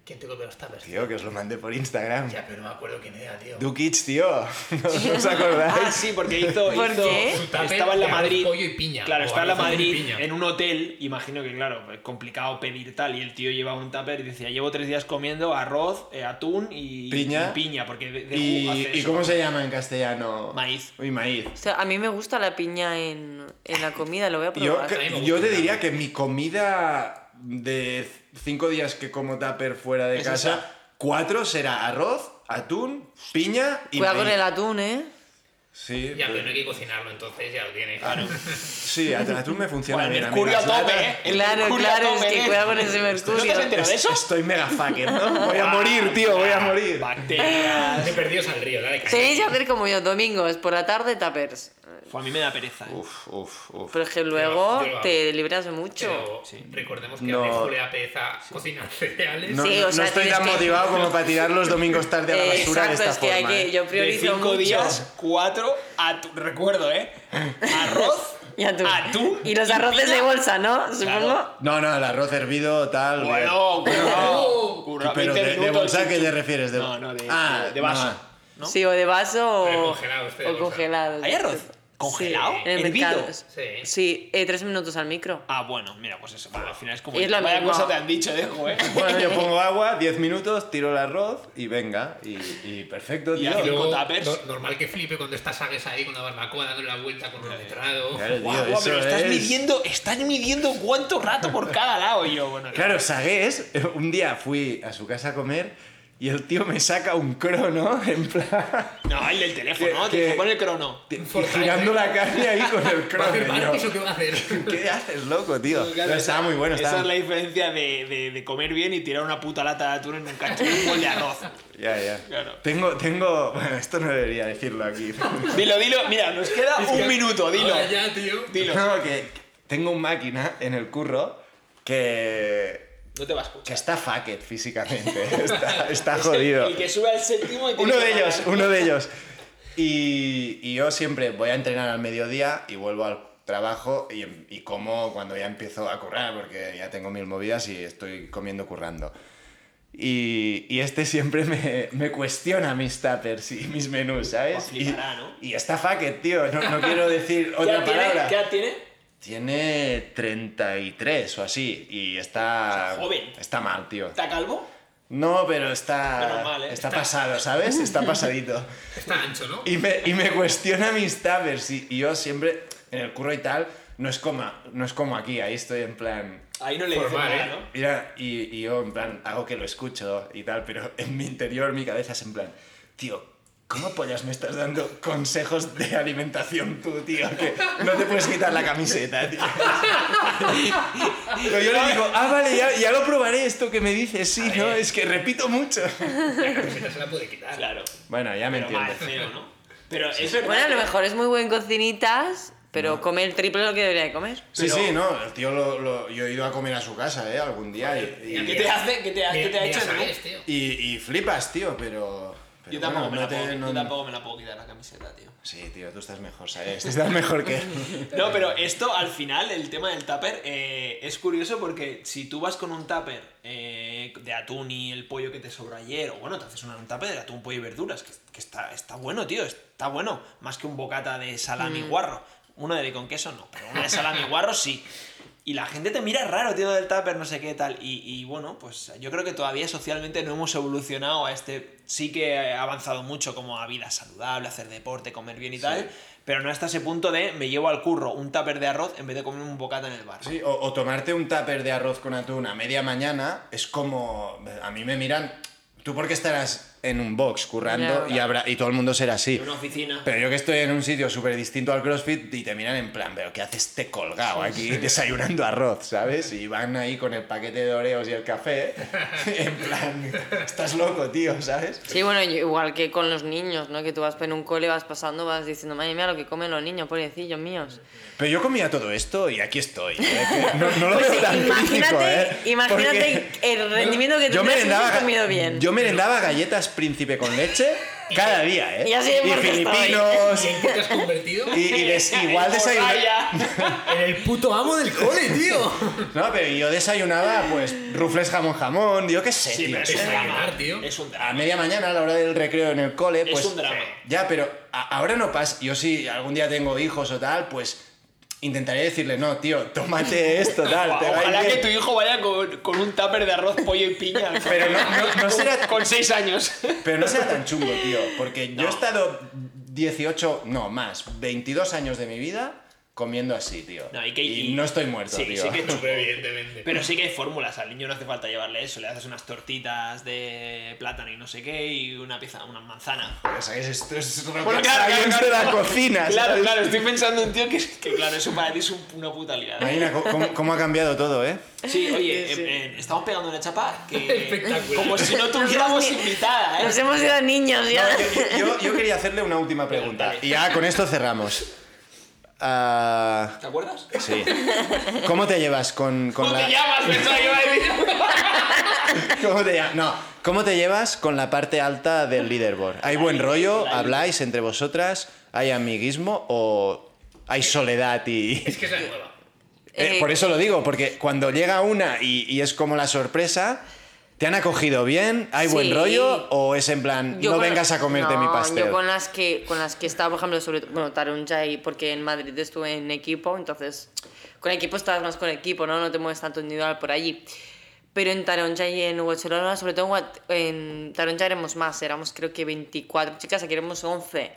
¿Quién te come los tuppers? Tío, que os lo mandé por Instagram. Ya, pero no me acuerdo quién era, tío. Dukic, tío. ¿No os acordáis? Ah, sí, porque hizo. ¿Por hizo- qué? Su tupper Estaba en la de arroz, Madrid. pollo y piña, Claro, o estaba en la arroz, pollo y Madrid piña. en un hotel. Imagino que, claro, es complicado pedir tal. Y el tío llevaba un tupper y decía: Llevo tres días comiendo arroz, eh, atún y Piña. y piña porque de, de ¿Y, ju- hace y eso. cómo se llama en castellano? Maíz. Uy, maíz. O sea, a mí me gusta la piña en, en la comida, lo voy a Yo, probar. que- mí me yo gusta te el diría que mi comida de cinco días que como tupper fuera de Es casa, esa. cuatro será arroz, atún, piña y Cuidado maíz. con el atún, ¿eh? Sí, Ya, pero pero- no hay que cocinarlo, entonces ya lo tienes. sí, at- atún me funciona Bueno, el bien. a mí mercurio a las tope, latas- ¿eh? El Claro, mercurio a claro, es tope, que ¿eh? cuidado con ese ¿No te has mercurio. enterado de eso? Ah, Estoy mega fucking, ¿no? Voy a morir, tío, voy a morir. Bacterias. Me perdidos al río, dale caña. Tenéis que hacer como yo, domingos, por la tarde, tapers. Fue, a mí me da pereza. ¿eh? Uf, uf, uf. Pero es que luego yo lo te libras mucho. Pero recordemos que No. a Alejo le apetece cocinar cereales. No, Sí, no- o sea, no estoy tienes tan que- motivado como para tirar los domingos tarde a la basura Exacto, de esta es que forma. hay que, ¿eh? yo De priorizo cinco mucho. días, cuatro atún. Recuerdo, ¿eh? Arroz, Y atún. atún Y los arroces piña. de bolsa, ¿no? ¿Ah, Claro. Supongo. No, no, el arroz hervido, tal. bien. Bueno, currao, currao. Pero 20 de, de minutos, bolsa, chup, ¿qué chup. te refieres? De... No, no, de, Ah, de vaso. no. ¿no? Sí, o de vaso Pero o congelado, este de o bolsa. congelado. ¿Hay arroz? ¿Congelado? en el ¿Hervido? mercado. Sí. Sí, eh, tres minutos al micro. Ah, bueno, mira, pues eso. bueno, al final es como. Es la Vaya misma. cosa te han dicho, dejo, eh. Bueno, yo pongo agua, 10 minutos, tiro el arroz y venga. Y, y perfecto, Y tío. aquí Luego, Con tuppers. no- normal que flipe cuando estás sagues ahí con la barbacoa dando la vuelta con un letrado. Claro, tío, Guau, guau, eso pero estás es. midiendo, estás midiendo cuánto rato por cada lado y yo, bueno. Claro, Sagués, un día fui a su casa a comer y el tío me saca un crono, en plan. No, el del teléfono, Que- ¿no? que- Te pone el crono. y girando la carne ahí con el ¿Va a hacer crono. mal? ¿Eso yo, qué va a hacer? ¿Qué haces, loco, tío? Claro, Pero estaba muy bueno, Esa estaba. es la diferencia de, de- de comer bien y tirar una puta lata de atún en un cacho de un bol de arroz. Ya, ya. Claro. Tengo, tengo. Bueno, esto no debería decirlo aquí. Dilo, dilo. Mira, nos queda un minuto, dilo. Ahora ya, tío. Dilo. No, que tengo un máquina en el curro que. No te vas a que escuchar. está fucked físicamente. Está, está Es que jodido. El que sube al séptimo y tiene Uno que de ellos, parar. uno de ellos. Y, y yo siempre voy a entrenar al mediodía y vuelvo al trabajo y, y como cuando ya empiezo a currar, porque ya tengo mil movidas y estoy comiendo currando. Y, y este siempre me, me cuestiona mis tuppers y mis menús, ¿sabes? Pues Y, flipará, ¿no? y está fucked, tío. No, no quiero decir ¿Qué edad otra tiene? palabra. ¿Qué edad tiene? Tiene 33 o así y está... O sea, joven. Está mal, tío. ¿Está calvo? No, pero está... Menos mal, ¿eh? Está pasado, ¿sabes? Está pasadito. Está ancho, ¿no? Y me, y me cuestiona mis tuppers y, y yo siempre, en el curro y tal, no es, coma, no es como aquí, ahí estoy en plan... Ahí no le dicen Formal, nada, ¿eh? ¿no? Mira, y, y yo en plan hago que lo escucho y tal, pero en mi interior, mi cabeza es en plan, tío, ¿cómo pollas me estás dando consejos de alimentación tú, tío? Que no te puedes quitar la camiseta, tío. Pero yo le digo, ah, vale, ya, ya lo probaré esto que me dices, sí, A ¿no? ver. Es que repito mucho. La camiseta se la puede quitar. Claro. Bueno, ya me Pero mal, entiendes. feo, ¿no? Pero es verdad. Bueno, a lo que- mejor es muy buen cocinitas, pero come el triple de lo que debería de comer. Sí, sí, no, el tío lo, lo- yo he ido a comer a su casa, ¿eh? Algún día y, ¿Qué y, te hace? ¿Qué te, ha- Ni- qué te ha ni hecho? a no? sagues, tío. y- y flipas, tío, pero... pero Yo tampoco, bueno, me no la te- puedo, yo no- tampoco me la puedo quitar la camiseta, tío. Sí, tío, tú estás mejor, ¿sabes? Estás mejor que... No, pero esto al final, el tema del tupper, eh, es curioso porque si tú vas con un tupper eh, de atún y el pollo que te sobró ayer, o bueno, te haces un tupper de atún, pollo y verduras, que, que está, está bueno, tío, está bueno. Más que un bocata de salami Mm. y guarro. Una de con queso no, pero una de salami y guarro sí. Y la gente te mira raro, tío, del tupper, no sé qué tal. Y, y bueno, pues yo creo que todavía socialmente no hemos evolucionado a este. Sí que ha avanzado mucho como a vida saludable, hacer deporte, comer bien y tal. Pero no hasta ese punto de me llevo al curro un tupper de arroz en vez de comer un bocata en el bar. Sí, o, o tomarte un tupper de arroz con atún a media mañana es como... A mí me miran... Tú porque estarás en un box currando Ya. y, habrá, y todo el mundo será así. En una oficina. Pero yo que estoy en un sitio súper distinto al CrossFit y te miran en plan, pero ¿qué haces te colgado aquí desayunando arroz, sabes? Y van ahí con el paquete de oreos y el café, en plan, estás loco, tío, ¿sabes? Sí, bueno, yo- igual que con los niños, ¿no? Que tú vas en un cole, vas pasando, vas diciendo, madre mía, lo que comen los niños, pobrecillos míos. Pero yo comía todo esto y aquí estoy. ¿eh? Que No, no lo veo tan crítico, Pues Imagínate, ¿eh? imagínate Porque el rendimiento que yo tendrías si merendaba, hubieses ga- comido bien. yo merendaba galletas príncipe con leche cada día, ¿eh? Y así es porque estoy. filipinos. ¿Y en qué te has convertido? Y, y des- igual desayunaba. Vaya. En el puto amo del cole, tío. No, pero yo desayunaba, pues, rufles jamón jamón, yo qué sé, Sí, tío. pero es un drama, Desayunar, tío. Es un A drama. media mañana, a la hora del recreo en el cole, Es pues. un drama. Ya, pero a- ahora no pasa. Yo si algún día tengo hijos o tal, pues intentaré decirle, no, tío, tómate esto, tal. te va a ir Ojalá que bien". tu hijo vaya con, con un tupper de arroz, pollo y piña. Pero no- no- no será- Con seis años. Pero no sea tan chungo, tío, porque yo he estado 18, no, más, 22 años de mi vida comiendo así, tío. No, y que- y- no estoy muerto, sí, tío. sí que- Hombre, evidentemente. Pero sí que hay fórmulas, al niño no hace falta llevarle eso, le haces unas tortitas de plátano y no sé qué y una pieza, una manzana. O sea, es- Esto es rocket Bueno, claro, claro, science de claro. la cocina. Claro, ¿sabes? claro, estoy pensando en tío que, que claro, eso para ti es un- una puta liada. Marina, ¿cómo- ¿cómo, cómo ha cambiado todo, eh? Sí, oye, Sí, sí. eh, eh, estamos pegando una chapa que Espectacular. como si no Nos tuviéramos hemos- invitada, Nos ¿eh? hemos ido a niños ya. Yo- Yo, yo quería hacerle una última pregunta. Y ya con esto cerramos. Ah, ¿Te acuerdas? sí. ¿Cómo te llevas con, con ¿Cómo la. te llamas? Pensaba que iba a decir. ¿Cómo te lla- No. ¿Cómo te llevas con la parte alta del leaderboard? ¿Hay buen rollo? ¿Habláis entre vosotras? ¿Hay amiguismo? ¿O hay soledad y.? Es que es la nueva. Eh, Eh, por eso lo digo, porque cuando llega una y, y es como la sorpresa, ¿Te han acogido bien? ¿Hay buen Sí. rollo? ¿O es en plan, Yo no con- vengas a comerte mi No, pastel? Yo con las que con las que estaba, por ejemplo, sobre todo, bueno, Tarunja y porque en Madrid estuve en equipo, entonces con equipo estás más con equipo, ¿no? No te mueves tanto individual por allí. Pero en Taronja y en Barcelona, sobre todo en Guat- en Taronja éramos más, éramos creo que 24 chicas, aquí éramos 11.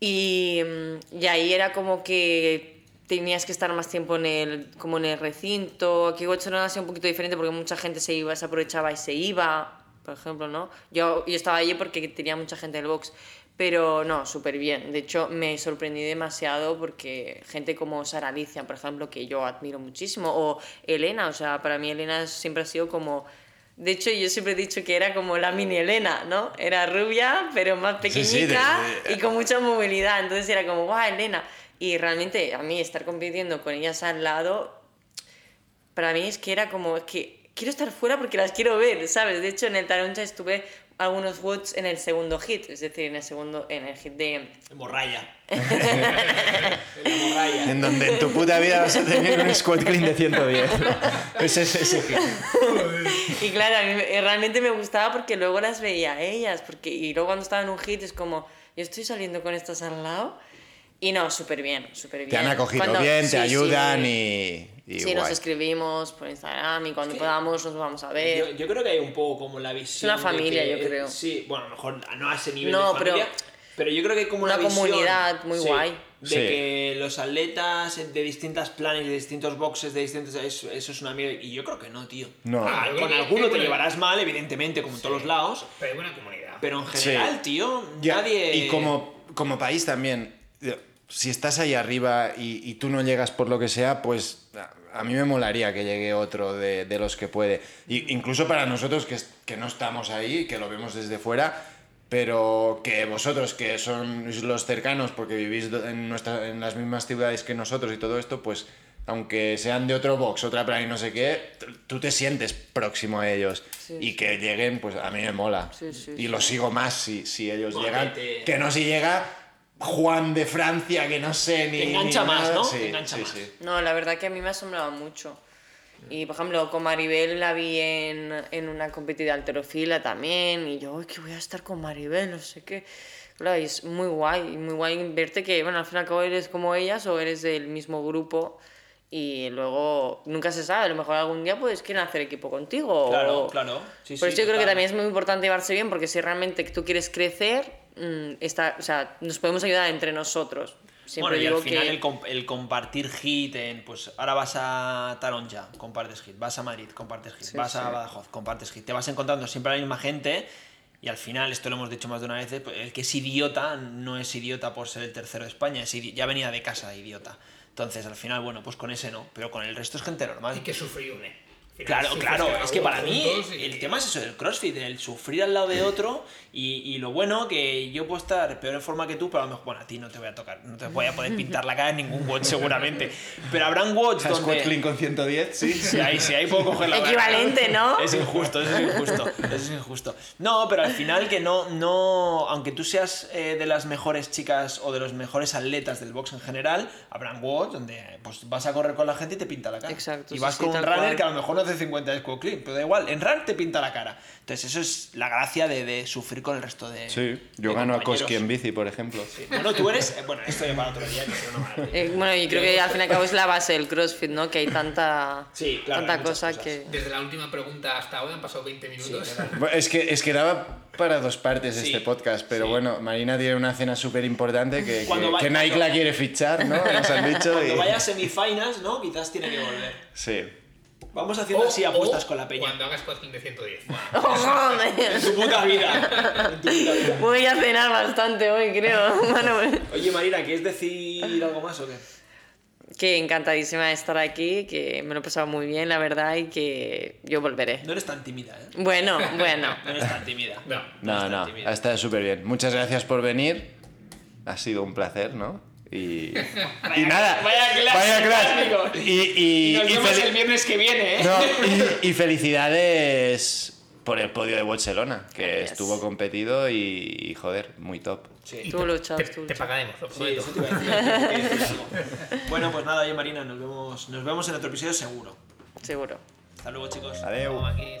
Y, mm, y ahí era como que tenías que estar más tiempo en el, como en el recinto. Aquí en Barcelona ha sido un poquito diferente porque mucha gente se iba, se aprovechaba y se iba, por ejemplo, ¿no? Yo, yo estaba allí porque tenía mucha gente del box. Pero no, súper bien. De hecho, me sorprendí demasiado porque gente como Sara Alicia, por ejemplo, que yo admiro muchísimo, o Elena, o sea, para mí Elena siempre ha sido como... De hecho, yo siempre he dicho que era como la mini Elena, ¿no? Era rubia, pero más Sí, pequeñita sí, desde- y con mucha movilidad. Entonces era como, guau, Elena. Y realmente a mí estar compitiendo con ellas al lado, para mí es que era como, es que quiero estar fuera porque las quiero ver, ¿sabes? De hecho, en el Taroncha estuve algunos watts en el segundo hit, es decir, en el segundo, en el hit de... Morralla. La morralla. En donde en tu puta vida vas a tener un squat clean de 110. ¿no? Ese es ese. Y claro, a mí me- realmente me gustaba porque luego las veía a ellas, porque, y luego cuando estaba en un hit es como, yo estoy saliendo con estas al lado. Y no, súper bien, súper bien. Te han acogido Cuando- bien, te sí, sí, ayudan sí. y. y sí, nos guay. escribimos por Instagram y cuando Sí. podamos nos vamos a ver. Yo, yo creo que hay un poco como la visión. Es Eh, una de familia, que- yo creo. Sí, bueno, a lo mejor no a ese nivel No, de pero- familia. Pero, yo creo que hay como una, Una visión, comunidad muy sí, guay. De Sí. que los atletas de distintas planes, de distintos boxes, de distintos. Eso, eso es una mierda. Y yo creo que no, tío. No. Ah, Yo creo con que- alguno creo te que- llevarás mal, evidentemente, como en todos los lados. Pero hay buena comunidad. Pero en Sí. general, tío, Ya, nadie. Y como, como país también, eh, si estás ahí arriba y, y tú no llegas por lo que sea, pues a, a mí me molaría que llegue otro de, de los que puede. Y, incluso para nosotros que, es- que no estamos ahí, que lo vemos desde fuera, pero que vosotros que sois los cercanos porque vivís do- en, nuestra- en las mismas ciudades que nosotros y todo esto, pues... Aunque sean de otro box, otra plan y no sé qué, t- tú te sientes próximo a ellos. Sí, y que lleguen, pues a mí me mola. Sí, sí, y lo sigo más si, si ellos Bueno, llegan. que te- Que no si llega Juan de Francia, que no sé ni. Te engancha ni más, nada. ¿no? Sí, Te engancha sí, más. sí. No, la verdad que a mí me asombraba mucho. Y por ejemplo, con Maribel la vi en, en una competida alterofila también. Y yo, "Ay, que voy a estar con Maribel, no sé qué. Claro, y es muy guay, y muy guay verte que, bueno, al fin y al cabo eres como ellas o eres del mismo grupo. Y luego nunca se sabe, a lo mejor algún día puedes quieren hacer equipo contigo. Claro, o- claro. Sí, Por sí, eso yo creo que total. también es muy importante llevarse bien, porque si realmente tú quieres crecer, mm, está, o sea, nos podemos ayudar entre nosotros. Siempre bueno, y al digo final que... el, comp- el compartir hit en, pues ahora vas a Taronja, compartes hit, vas a Madrid, compartes hit, vas a Badajoz, compartes hit, te vas encontrando siempre a la misma gente y al final, esto lo hemos dicho más de una vez, eh, pues, el que es idiota no es idiota por ser el tercero de España, es idi- ya venía de casa idiota. Entonces, al final, bueno, pues con ese no, pero con el resto es gente normal. Y que sufrí une. Al final Claro, sufres claro, cada es que uno para mí juntos y- el tema es eso del crossfit, el sufrir al lado Mm. de otro y, y lo bueno que yo puedo estar peor en forma que tú, pero a lo mejor, bueno, a ti no te voy a tocar, no te voy a poder pintar la cara en ningún watch seguramente, pero habrán watch Has squat donde... clean con 110, sí. Si ahí, si ahí puedo coger la braga. Equivalente, ¿no? Es injusto, eso es injusto, eso es injusto. No, pero al final que no, no, aunque tú seas eh, de las mejores chicas o de los mejores atletas del box en general, habrán watch donde eh, pues, vas a correr con la gente y te pinta la cara. Exacto, Y sí, vas sí, con un tal runner cual. que a lo mejor no hace 50 squat clean, pero da igual, en run te pinta la cara. Entonces eso es la gracia de, de sufrir con el resto de de compañeros. bici, por ejemplo. Bueno, tú eres, eh, bueno, esto ya para otro día, que es una maravilla. Eh, bueno, y creo que al fin y al cabo es la base del CrossFit, ¿no? Que hay tanta, Sí, claro, hay tanta muchas cosa cosas. que... Desde la última pregunta hasta ahora han pasado 20 minutos. Bueno, Es que, es que daba para dos partes Sí, este podcast, pero sí. bueno, Marina tiene una cena súper importante que, que, Cuando va- que Nike la quiere fichar, ¿no? Nos han dicho. Cuando y- vaya a semifinals, ¿no? Quizás tiene que volver. Sí. Vamos haciendo así apuestas con la peña. Cuando hagas costing de 110. ¡Oh, En tu puta vida. En tu puta vida. Voy a cenar bastante hoy, creo. Bueno, Oye, Marina, ¿quieres decir algo más o qué? que encantadísima de estar aquí, que me lo he pasado muy bien, la verdad, y que yo volveré. No eres tan tímida, ¿eh? Bueno, bueno. No eres tan tímida. No. No, no, ha estado súper bien. Muchas gracias por venir. Ha sido un placer, ¿no? Y, y nada. vaya clase, Vaya clase. amigo. Y, y- Y nos y vemos fel- el viernes que viene, ¿eh? no, y- y felicidades por el podio de Barcelona, que Gracias. estuvo competido y, y, joder, muy top. Sí. Tú luchas, Te, tú te luchas. pagaremos, lo Sí, prometo. eso te iba a decir, te iba a decir algo. Bueno, pues nada, oye Marina, nos vemos, nos vemos en otro episodio seguro. Seguro. Hasta luego, chicos. Adeu. Maquis.